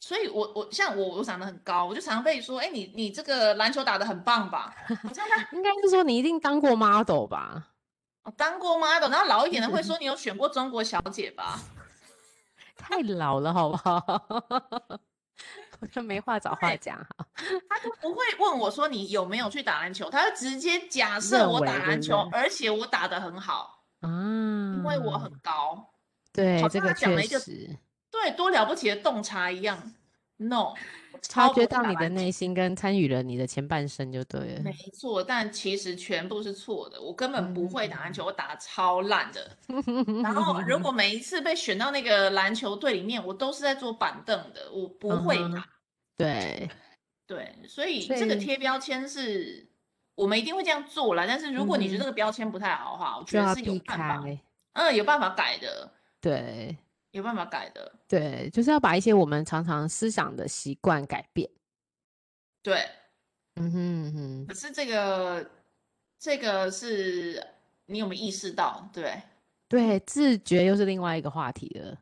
[SPEAKER 2] 所以我我像我我长得很高，我就常被说，诶，你你这个篮球打得很棒吧？我真的
[SPEAKER 1] 应该是说你一定当过 model 吧？
[SPEAKER 2] 我 当过 model，然后老
[SPEAKER 1] 嗯
[SPEAKER 2] 一点的会说你有选过中国小姐吧？
[SPEAKER 1] 太老了，好不好？ 我就没话找话
[SPEAKER 2] 对，
[SPEAKER 1] 讲哈，
[SPEAKER 2] 他就不会问我说你有没有去打篮球，他会直接假设
[SPEAKER 1] 认
[SPEAKER 2] 我打
[SPEAKER 1] 为对
[SPEAKER 2] 篮
[SPEAKER 1] 不
[SPEAKER 2] 球，
[SPEAKER 1] 对？
[SPEAKER 2] 而且我打得很好，因为我
[SPEAKER 1] 啊，
[SPEAKER 2] 很高。
[SPEAKER 1] 对
[SPEAKER 2] 好，
[SPEAKER 1] 这
[SPEAKER 2] 像
[SPEAKER 1] 个
[SPEAKER 2] 他讲
[SPEAKER 1] 确
[SPEAKER 2] 了一个
[SPEAKER 1] 实
[SPEAKER 2] 对，多了不起的洞察一样。No，我
[SPEAKER 1] 察
[SPEAKER 2] 超不
[SPEAKER 1] 觉
[SPEAKER 2] 会
[SPEAKER 1] 到
[SPEAKER 2] 打
[SPEAKER 1] 你的
[SPEAKER 2] 篮球
[SPEAKER 1] 内心跟参与了你的前半生就对了
[SPEAKER 2] 没。错，但其实全部是错的。我根本不会打
[SPEAKER 1] 嗯
[SPEAKER 2] 篮球，我打得超烂 的。然后，如果每一次被选到那个篮球队里面，我都是在坐板凳的，我不会
[SPEAKER 1] 嗯
[SPEAKER 2] 打。
[SPEAKER 1] 对，
[SPEAKER 2] 对，所以这个
[SPEAKER 1] 对
[SPEAKER 2] 贴标签是我们一定会这样做啦。但是如果你觉得
[SPEAKER 1] 嗯
[SPEAKER 2] 这个标签不太好的话，我
[SPEAKER 1] 就
[SPEAKER 2] 觉得
[SPEAKER 1] 要
[SPEAKER 2] 是有
[SPEAKER 1] 避
[SPEAKER 2] 办法，
[SPEAKER 1] 开。
[SPEAKER 2] 嗯，有办法改的，
[SPEAKER 1] 对
[SPEAKER 2] 有办法改的。
[SPEAKER 1] 对，就是要把一些我们常常思想的习惯改变。
[SPEAKER 2] 对，
[SPEAKER 1] 嗯哼嗯哼，
[SPEAKER 2] 可是这个这个是你有没有意识到？对
[SPEAKER 1] 对，自觉又是另外一个话题了。你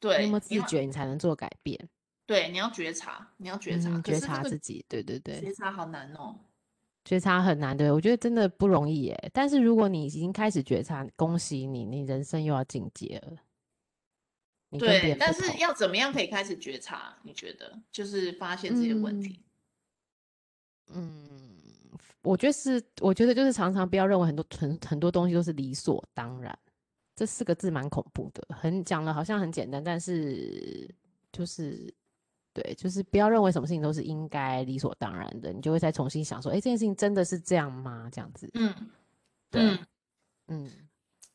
[SPEAKER 2] 对，
[SPEAKER 1] 有没有
[SPEAKER 2] 你
[SPEAKER 1] 自
[SPEAKER 2] 要
[SPEAKER 1] 觉，你才能做改变？
[SPEAKER 2] 对，你要觉察，你要觉察。
[SPEAKER 1] 嗯
[SPEAKER 2] 可
[SPEAKER 1] 觉
[SPEAKER 2] 是这
[SPEAKER 1] 察
[SPEAKER 2] 个
[SPEAKER 1] 自己，对对对。
[SPEAKER 2] 觉察好难哦。
[SPEAKER 1] 觉察很难的，我觉得真的不容易耶。但是如果你已经开始觉察，恭喜你，你人生又要进阶了。你跟别
[SPEAKER 2] 对，
[SPEAKER 1] 人
[SPEAKER 2] 但
[SPEAKER 1] 不
[SPEAKER 2] 是
[SPEAKER 1] 同
[SPEAKER 2] 要怎么样可以开始觉察？你觉得就是发现这些问
[SPEAKER 1] 嗯
[SPEAKER 2] 题？
[SPEAKER 1] 嗯，我觉得是，我觉得就是常常不要认为很多很很多东西都是理所当然，这四个字蛮恐怖的，很讲了好像很简单，但是就是对，就是不要认为什么事情都是应该理所当然的，你就会再重新想说，哎，这件事情真的是这样吗？这样子，
[SPEAKER 2] 嗯
[SPEAKER 1] 对
[SPEAKER 2] 嗯，
[SPEAKER 1] 嗯，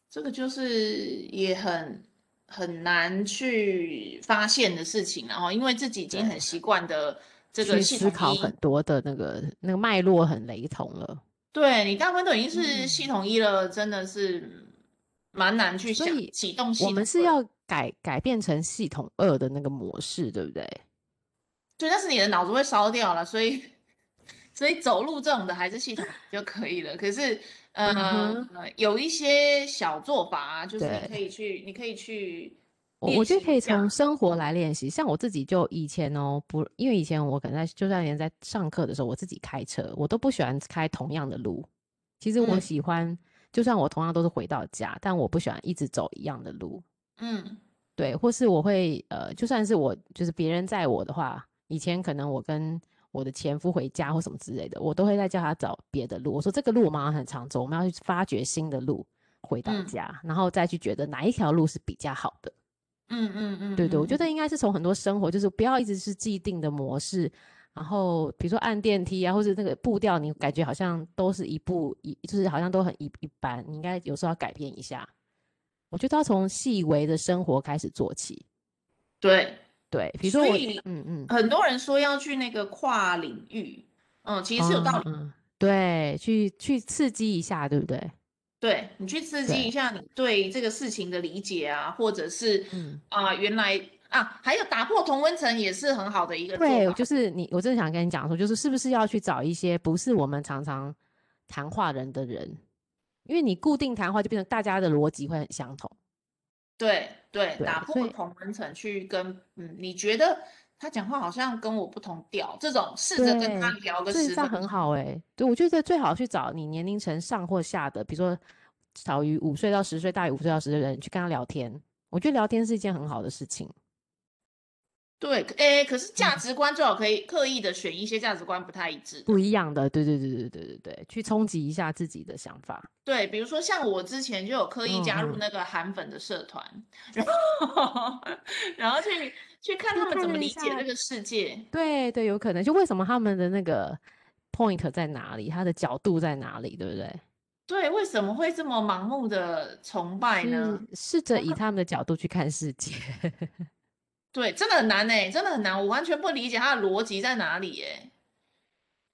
[SPEAKER 2] 这个就是也很很难去发现的事情，然后因为自己已经很
[SPEAKER 1] 对
[SPEAKER 2] 习惯的这个
[SPEAKER 1] 去
[SPEAKER 2] 系
[SPEAKER 1] 思
[SPEAKER 2] 统
[SPEAKER 1] 考
[SPEAKER 2] 一，
[SPEAKER 1] 很多的那个那个脉络很雷同了。
[SPEAKER 2] 对你大部分都已经
[SPEAKER 1] 嗯
[SPEAKER 2] 是系统一了，真的是蛮难去
[SPEAKER 1] 所
[SPEAKER 2] 想
[SPEAKER 1] 以
[SPEAKER 2] 启动系
[SPEAKER 1] 我
[SPEAKER 2] 统
[SPEAKER 1] 们是
[SPEAKER 2] 二
[SPEAKER 1] 要改改变成系统二的那个模式，对不对？
[SPEAKER 2] 对，但是你的脑子会烧掉了，所以所以走路这种的还是系统就可以了。可是，呃，
[SPEAKER 1] 嗯
[SPEAKER 2] 有一些小做法啊，就是你
[SPEAKER 1] 对
[SPEAKER 2] 可以去，你可以去
[SPEAKER 1] 我
[SPEAKER 2] 练
[SPEAKER 1] 我觉得
[SPEAKER 2] 习
[SPEAKER 1] 可
[SPEAKER 2] 一
[SPEAKER 1] 以
[SPEAKER 2] 下
[SPEAKER 1] 从生活来练习，像我自己就以前哦，不，因为以前我可能在就算连在上课的时候，我自己开车，我都不喜欢开同样的路。其实我
[SPEAKER 2] 嗯
[SPEAKER 1] 喜欢，就算我同样都是回到家，但我不喜欢一直走一样的路。
[SPEAKER 2] 嗯
[SPEAKER 1] 对，或是我会呃，就算是我就是别人载我的话，以前可能我跟我的前夫回家或什么之类的，我都会再叫他找别的路。我说这个路我们好像很常走，我们要去发掘新的路回到
[SPEAKER 2] 嗯
[SPEAKER 1] 家，然后再去觉得哪一条路是比较好的。
[SPEAKER 2] 嗯嗯嗯
[SPEAKER 1] 对对，我觉
[SPEAKER 2] 嗯
[SPEAKER 1] 得应该是从很多生活，就是不要一直是既定的模式，然后比如说按电梯啊，或者那个步调，你感觉好像都是一步一，就是好像都很一一般，你应该有时候要改变一下。我觉得要从细微的生活开始做起。
[SPEAKER 2] 对，
[SPEAKER 1] 对，比如说
[SPEAKER 2] 所
[SPEAKER 1] 我，
[SPEAKER 2] 以
[SPEAKER 1] 嗯嗯，
[SPEAKER 2] 很多人说要去那个跨领域，嗯，其实是有道
[SPEAKER 1] 嗯
[SPEAKER 2] 理。
[SPEAKER 1] 嗯，对，去去刺激一下，对不对？
[SPEAKER 2] 对你去刺激
[SPEAKER 1] 对
[SPEAKER 2] 一下你对这个事情的理解啊，或者是
[SPEAKER 1] 嗯，
[SPEAKER 2] 啊、原来啊，还有打破同温层也是很好的一个做
[SPEAKER 1] 对，
[SPEAKER 2] 法。
[SPEAKER 1] 就是你，我正想跟你讲说，就是是不是要去找一些不是我们常常谈话人的人，因为你固定谈话就变成大家的逻辑会很相同。
[SPEAKER 2] 对对，
[SPEAKER 1] 对
[SPEAKER 2] 打
[SPEAKER 1] 所
[SPEAKER 2] 破
[SPEAKER 1] 以
[SPEAKER 2] 同温层去跟嗯，你觉得他讲话好像跟我不同调，这种试着跟他
[SPEAKER 1] 对，
[SPEAKER 2] 聊个
[SPEAKER 1] 这
[SPEAKER 2] 十
[SPEAKER 1] 这样
[SPEAKER 2] 分
[SPEAKER 1] 很
[SPEAKER 2] 钟。
[SPEAKER 1] 好哎、对，我觉得最好去找你年龄层上或下的，比如说少于五岁到十岁，大于五岁到十岁的人去跟他聊天。我觉得聊天是一件很好的事情。
[SPEAKER 2] 对，诶，可是价
[SPEAKER 1] 嗯。
[SPEAKER 2] 值观最好可以刻意的选一些价值观不太一致
[SPEAKER 1] 不
[SPEAKER 2] 的。
[SPEAKER 1] 一样的，对对对对对对对，去冲击一下自己的想法。
[SPEAKER 2] 对，比如说像我之前就有刻意
[SPEAKER 1] 嗯
[SPEAKER 2] 加入
[SPEAKER 1] 嗯，
[SPEAKER 2] 那个韩粉的社团，然后然后去去看
[SPEAKER 1] 去
[SPEAKER 2] 他们
[SPEAKER 1] 看
[SPEAKER 2] 怎么
[SPEAKER 1] 了一
[SPEAKER 2] 理解这
[SPEAKER 1] 下，
[SPEAKER 2] 个世界。
[SPEAKER 1] 对对，有可能。就为什么他们的那个 point 在哪里，他的角度在哪里，对不对？
[SPEAKER 2] 对，为什么会这么盲目的崇拜呢？
[SPEAKER 1] 是试着以他们的角度去看世界。
[SPEAKER 2] 对，真的很难哎，真的很难，我完全不理解他的逻辑在哪里哎。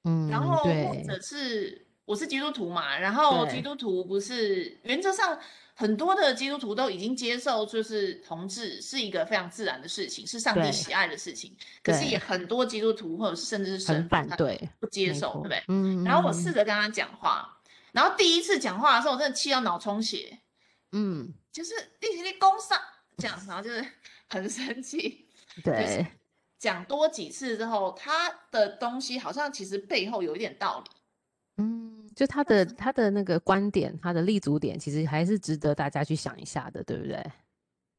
[SPEAKER 2] 然
[SPEAKER 1] 嗯，
[SPEAKER 2] 后或
[SPEAKER 1] 对
[SPEAKER 2] 者是我是基督徒嘛，然后基
[SPEAKER 1] 对，
[SPEAKER 2] 督徒不是原则上很多的基督徒都已经接受，就是同志是一个非常自然的事情，是上帝
[SPEAKER 1] 对
[SPEAKER 2] 喜爱的事情。可是也
[SPEAKER 1] 对，
[SPEAKER 2] 很多基督徒或者是甚至是
[SPEAKER 1] 很
[SPEAKER 2] 神父
[SPEAKER 1] 反
[SPEAKER 2] 他
[SPEAKER 1] 对，
[SPEAKER 2] 不接
[SPEAKER 1] 没
[SPEAKER 2] 受，对不
[SPEAKER 1] 错。
[SPEAKER 2] 对？然后我试
[SPEAKER 1] 嗯
[SPEAKER 2] 着跟他讲话，然后第一次讲话的时候，我真的气到脑充血，
[SPEAKER 1] 嗯，
[SPEAKER 2] 就是立即立攻上这样，然后就是 很生气，可是
[SPEAKER 1] 对，
[SPEAKER 2] 讲多几次之后，他的东西好像其实背后有一点道理。
[SPEAKER 1] 嗯，就他
[SPEAKER 2] 但
[SPEAKER 1] 的
[SPEAKER 2] 是
[SPEAKER 1] 他的那个观点，他的立足点，其实还是值得大家去想一下的，对不对？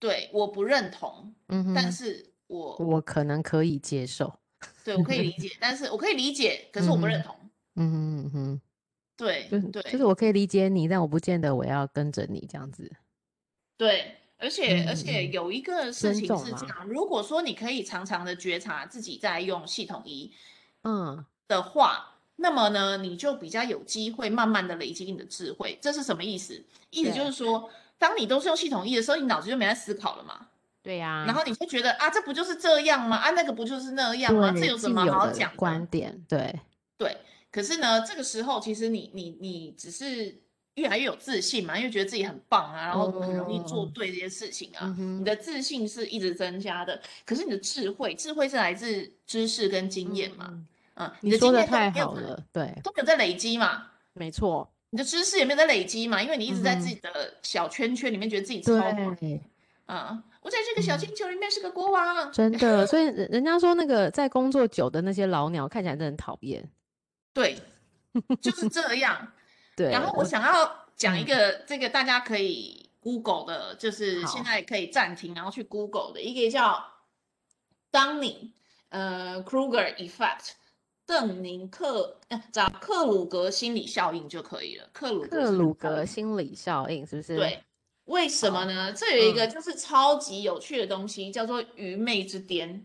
[SPEAKER 2] 对，我不认同，
[SPEAKER 1] 嗯
[SPEAKER 2] 但
[SPEAKER 1] 哼，
[SPEAKER 2] 是我
[SPEAKER 1] 我可能可以接受。
[SPEAKER 2] 对我可以理解，但是我可以理解，可是
[SPEAKER 1] 嗯
[SPEAKER 2] 我不认
[SPEAKER 1] 哼，
[SPEAKER 2] 同。
[SPEAKER 1] 嗯哼嗯哼。
[SPEAKER 2] 对
[SPEAKER 1] 就是就是
[SPEAKER 2] 哎对
[SPEAKER 1] 我可以理解你，但我不见得我要跟着你这样子。
[SPEAKER 2] 对，而且而且有一个
[SPEAKER 1] 嗯
[SPEAKER 2] 事
[SPEAKER 1] 尊
[SPEAKER 2] 情
[SPEAKER 1] 重啊
[SPEAKER 2] 是这
[SPEAKER 1] 啦
[SPEAKER 2] 样，如果说你可以常常的觉察自己在用系统一
[SPEAKER 1] 嗯，
[SPEAKER 2] 的话，那么呢，你就比较有机会慢慢的累积你的智慧。这是什么意思？意思就
[SPEAKER 1] 对
[SPEAKER 2] 是说，当你都是用系统一的时候，你脑子就没在思考了嘛，
[SPEAKER 1] 对呀、
[SPEAKER 2] 然后你就觉得啊，这不就是这样吗？啊，那个不就是那样吗？这
[SPEAKER 1] 对
[SPEAKER 2] 有什
[SPEAKER 1] 既
[SPEAKER 2] 么
[SPEAKER 1] 有
[SPEAKER 2] 好
[SPEAKER 1] 的
[SPEAKER 2] 讲的？
[SPEAKER 1] 观点，对，
[SPEAKER 2] 对，可是呢，这个时候其实你你你只是越来越有自信嘛，因为觉得自己很棒啊，然后很容易做
[SPEAKER 1] 哦
[SPEAKER 2] 对这些事情啊，
[SPEAKER 1] 嗯
[SPEAKER 2] 你
[SPEAKER 1] 哼，
[SPEAKER 2] 的自信是一直增加的。可是你的智慧，智慧是来自知识跟经验嘛，
[SPEAKER 1] 嗯
[SPEAKER 2] 嗯，
[SPEAKER 1] 你
[SPEAKER 2] 的
[SPEAKER 1] 说
[SPEAKER 2] 经
[SPEAKER 1] 的
[SPEAKER 2] 验都
[SPEAKER 1] 太
[SPEAKER 2] 没有
[SPEAKER 1] 好
[SPEAKER 2] 在
[SPEAKER 1] 了，对，
[SPEAKER 2] 都没有在累积嘛，
[SPEAKER 1] 没错，
[SPEAKER 2] 你的知识也没有在累积嘛，因为你一直在自
[SPEAKER 1] 嗯哼
[SPEAKER 2] 己的小圈圈里面觉得自己超棒
[SPEAKER 1] 对，
[SPEAKER 2] 啊，我在这个小
[SPEAKER 1] 嗯
[SPEAKER 2] 星球里面是个国王，
[SPEAKER 1] 真的，所以人人家说那个在工作久的那些老鸟看起来真的很讨厌，
[SPEAKER 2] 对，就是这样。
[SPEAKER 1] 对，
[SPEAKER 2] 然后我想要讲
[SPEAKER 1] 嗯
[SPEAKER 2] 一个，这个大家可以 Google 的，就是
[SPEAKER 1] 好
[SPEAKER 2] 现在可以暂停，然后去 Google 的一个叫当你呃 Kruger Effect，邓宁克呃找克鲁格心理效应就可以了。克鲁格
[SPEAKER 1] 克
[SPEAKER 2] 心理
[SPEAKER 1] 鲁
[SPEAKER 2] 效
[SPEAKER 1] 格心理效应
[SPEAKER 2] 应
[SPEAKER 1] 是不是？
[SPEAKER 2] 对，为什么
[SPEAKER 1] 好嗯
[SPEAKER 2] 呢？这有一个就是超级有趣的东西，叫做愚昧之巅。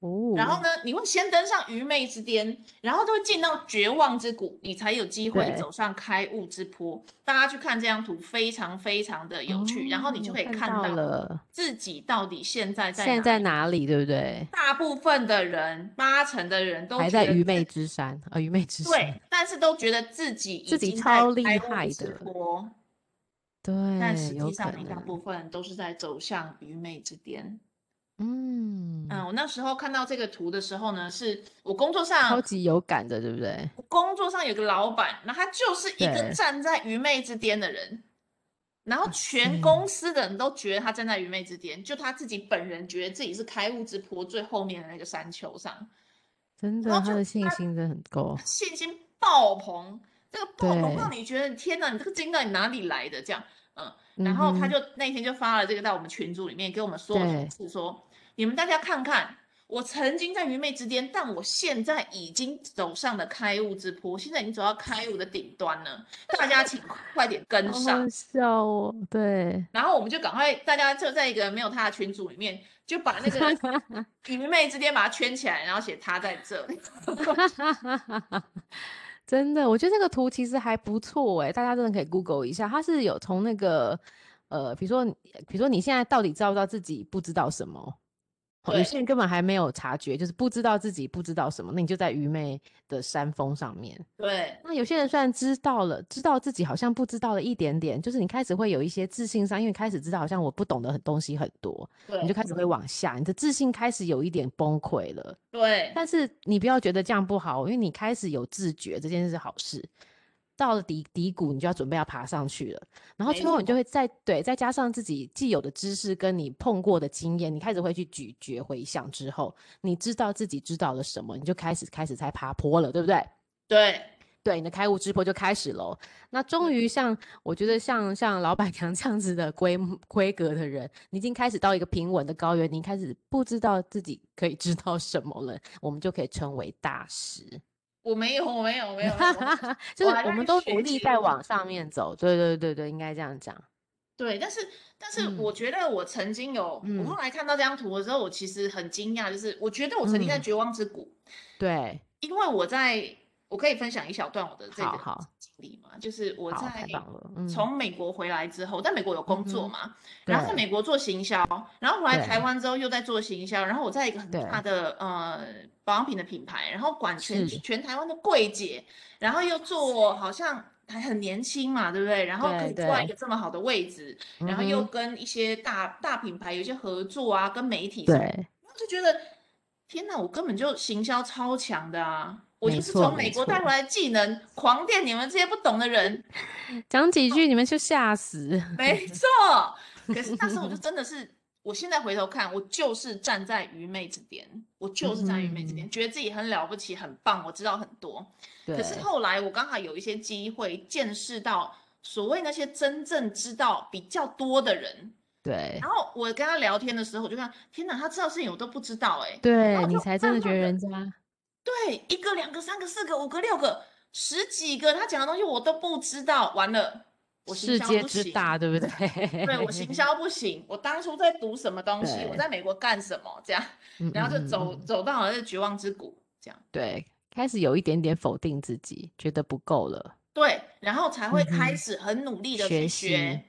[SPEAKER 1] 哦，
[SPEAKER 2] 然后呢，你会先登上愚昧之巅，然后就会进到绝望之谷，你才有机会
[SPEAKER 1] 对
[SPEAKER 2] 走上开悟之坡。大家去看这张图，非常非常的有趣，然后你就
[SPEAKER 1] 哦
[SPEAKER 2] 可以
[SPEAKER 1] 看
[SPEAKER 2] 看
[SPEAKER 1] 到
[SPEAKER 2] 到
[SPEAKER 1] 了，
[SPEAKER 2] 自己到底现在在
[SPEAKER 1] 现在
[SPEAKER 2] 哪
[SPEAKER 1] 在哪
[SPEAKER 2] 里。
[SPEAKER 1] 里，对不对？
[SPEAKER 2] 大部分的人，八成的人都
[SPEAKER 1] 还
[SPEAKER 2] 觉
[SPEAKER 1] 在
[SPEAKER 2] 得
[SPEAKER 1] 愚
[SPEAKER 2] 自
[SPEAKER 1] 昧之山啊，愚昧之
[SPEAKER 2] 对
[SPEAKER 1] 山，，
[SPEAKER 2] 但是都觉得自己已
[SPEAKER 1] 自己
[SPEAKER 2] 经在
[SPEAKER 1] 超厉
[SPEAKER 2] 开悟
[SPEAKER 1] 害
[SPEAKER 2] 之
[SPEAKER 1] 的
[SPEAKER 2] 坡，
[SPEAKER 1] 对，
[SPEAKER 2] 但实
[SPEAKER 1] 有
[SPEAKER 2] 际
[SPEAKER 1] 可
[SPEAKER 2] 上你大部
[SPEAKER 1] 能，
[SPEAKER 2] 分都是在走向愚昧之巅。嗯，
[SPEAKER 1] 嗯，
[SPEAKER 2] 我那时候看到这个图的时候呢，是我工作
[SPEAKER 1] 超
[SPEAKER 2] 上
[SPEAKER 1] 级有感的，对不对？
[SPEAKER 2] 工作上有个老板，那他就是一个
[SPEAKER 1] 对
[SPEAKER 2] 站在愚昧之巅的人，然后
[SPEAKER 1] 哇
[SPEAKER 2] 全
[SPEAKER 1] 塞
[SPEAKER 2] 公司的人都觉得他站在愚昧之巅，就他自己本人觉得自己是开悟之坡最后面的那个山丘上，
[SPEAKER 1] 真
[SPEAKER 2] 然
[SPEAKER 1] 的，
[SPEAKER 2] 后
[SPEAKER 1] 他
[SPEAKER 2] 就
[SPEAKER 1] 的信
[SPEAKER 2] 他
[SPEAKER 1] 心真的很够，
[SPEAKER 2] 信心爆棚，这个爆棚让
[SPEAKER 1] 对
[SPEAKER 2] 你觉得天哪，你这个劲到底哪里来的？这样，嗯，然
[SPEAKER 1] 嗯
[SPEAKER 2] 后他
[SPEAKER 1] 哼，
[SPEAKER 2] 就那天就发了这个到我们群组里面，给我们所有同
[SPEAKER 1] 对，
[SPEAKER 2] 事说，你们大家看看。我曾经在愚昧之巅，但我现在已经走上了开悟之坡，现在已经走到开悟的顶端了。大家请快点跟
[SPEAKER 1] 好
[SPEAKER 2] 上。
[SPEAKER 1] 好笑哦，对，
[SPEAKER 2] 然后我们就赶快，大家就在一个没有他的群组里面，就把那个 愚昧之巅把它圈起来，然后写他在这里。
[SPEAKER 1] 真的，我觉得这个图其实还不错哎，大家真的可以 Google 一下，它是有从那个呃，比如说你比如说你现在到底知道不知道自己不知道什么？哦有
[SPEAKER 2] 对，
[SPEAKER 1] 些人根本还没有察觉，就是不知道自己不知道什么，那你就在愚昧的山峰上面。
[SPEAKER 2] 对，
[SPEAKER 1] 那有些人虽然知道了，知道自己好像不知道了一点点，就是你开始会有一些自信上，因为你开始知道好像我不懂的很东西很多，你就
[SPEAKER 2] 对，
[SPEAKER 1] 开始会往下，你的自信开始有一点崩溃了。
[SPEAKER 2] 对，
[SPEAKER 1] 但是你不要觉得这样不好，因为你开始有自觉，这件事是好事。到了低低谷，你就要准备要爬上去了。然后
[SPEAKER 2] 没
[SPEAKER 1] 最后你就
[SPEAKER 2] 错，
[SPEAKER 1] 会再对，再加上自己既有的知识跟你碰过的经验，你开始会去咀嚼回想之后，你知道自己知道了什么，你就开始开始才爬坡了，对不对？
[SPEAKER 2] 对，
[SPEAKER 1] 对，你的开悟之坡就开始喽。那终
[SPEAKER 2] 嗯，
[SPEAKER 1] 于像我觉得像像老板娘 这样子的规模规格的人，你已经开始到一个平稳的高原，你开始不知道自己可以知道什么了，我们就可以称为大师。
[SPEAKER 2] 我没有，我没有，我没有，我
[SPEAKER 1] 就
[SPEAKER 2] 我
[SPEAKER 1] 是
[SPEAKER 2] 还
[SPEAKER 1] 我
[SPEAKER 2] 在
[SPEAKER 1] 们都努
[SPEAKER 2] 学
[SPEAKER 1] 力
[SPEAKER 2] 习
[SPEAKER 1] 在
[SPEAKER 2] 而已。
[SPEAKER 1] 往上面走。对对对对，应该这样讲。
[SPEAKER 2] 对，但是但是我
[SPEAKER 1] 嗯
[SPEAKER 2] 觉得我曾经有，我后
[SPEAKER 1] 嗯
[SPEAKER 2] 来看到这张图的时候，我其实很惊讶，就是我觉得我曾经在
[SPEAKER 1] 嗯，
[SPEAKER 2] 绝望之谷，
[SPEAKER 1] 对，
[SPEAKER 2] 因为我在，我可以分享一小段我的这
[SPEAKER 1] 好
[SPEAKER 2] 个
[SPEAKER 1] 好
[SPEAKER 2] 经历嘛，就是我
[SPEAKER 1] 好，
[SPEAKER 2] 在
[SPEAKER 1] 太棒了。嗯
[SPEAKER 2] 从美国回来之后，在美国有
[SPEAKER 1] 嗯
[SPEAKER 2] 工作
[SPEAKER 1] 哼，
[SPEAKER 2] 嘛，然后在
[SPEAKER 1] 对
[SPEAKER 2] 美国做行销，然后回来台
[SPEAKER 1] 对
[SPEAKER 2] 湾之后又在做行销，然后我在一个很大
[SPEAKER 1] 对，
[SPEAKER 2] 的呃保养品的品牌，然后管全
[SPEAKER 1] 是，
[SPEAKER 2] 全台湾的柜姐，然后又做好像还很年轻嘛，对不对？然后可
[SPEAKER 1] 对
[SPEAKER 2] 以坐在一
[SPEAKER 1] 对，
[SPEAKER 2] 个这么好的位置，
[SPEAKER 1] 嗯
[SPEAKER 2] 然后又
[SPEAKER 1] 哼，
[SPEAKER 2] 跟一些大大品牌有一些合作啊，跟媒体什么，
[SPEAKER 1] 对，
[SPEAKER 2] 然后就觉得天哪，我根本就行销超强的啊！我就
[SPEAKER 1] 没
[SPEAKER 2] 是
[SPEAKER 1] 错
[SPEAKER 2] 从
[SPEAKER 1] 没
[SPEAKER 2] 美国带回
[SPEAKER 1] 错。
[SPEAKER 2] 来的技能，狂电你们这些不懂的 人。
[SPEAKER 1] 讲几句你们就吓死。
[SPEAKER 2] 没错，可是那时 候我就真的是，我现在回头看，我就是站在愚昧之巅，我就是站在愚昧之
[SPEAKER 1] 嗯，
[SPEAKER 2] 巅，觉得自己很了不起，很棒，我知道很多。可是
[SPEAKER 1] 对，
[SPEAKER 2] 后来我刚好有一些机会，见识到所谓那些真正知道比较多的人，
[SPEAKER 1] 对，
[SPEAKER 2] 然后我跟他聊天的时候，我就看，天哪，他知道事情我都不知道哎、欸，然
[SPEAKER 1] 对
[SPEAKER 2] 后我
[SPEAKER 1] 你
[SPEAKER 2] 就
[SPEAKER 1] 才真
[SPEAKER 2] 慢
[SPEAKER 1] 的觉
[SPEAKER 2] 慢
[SPEAKER 1] 得
[SPEAKER 2] 的。
[SPEAKER 1] 人家
[SPEAKER 2] 对，一个、两个、三个、四个、五个、六个、十几个，他讲的东西我都不知道，完了，我行
[SPEAKER 1] 世
[SPEAKER 2] 销
[SPEAKER 1] 界
[SPEAKER 2] 不
[SPEAKER 1] 之
[SPEAKER 2] 行
[SPEAKER 1] 大，对不对？
[SPEAKER 2] 对我行销不行，我当初在读什么东西，我
[SPEAKER 1] 对
[SPEAKER 2] 在美国干什么这样，
[SPEAKER 1] 嗯，
[SPEAKER 2] 然后
[SPEAKER 1] 嗯
[SPEAKER 2] 就
[SPEAKER 1] 嗯
[SPEAKER 2] 走
[SPEAKER 1] 嗯
[SPEAKER 2] 走到了这绝望之谷这样，
[SPEAKER 1] 对，开始有一点点否定自己，觉得不够了，
[SPEAKER 2] 对，然后才会
[SPEAKER 1] 嗯
[SPEAKER 2] 开
[SPEAKER 1] 哼
[SPEAKER 2] 始很努力的去
[SPEAKER 1] 习
[SPEAKER 2] 学，、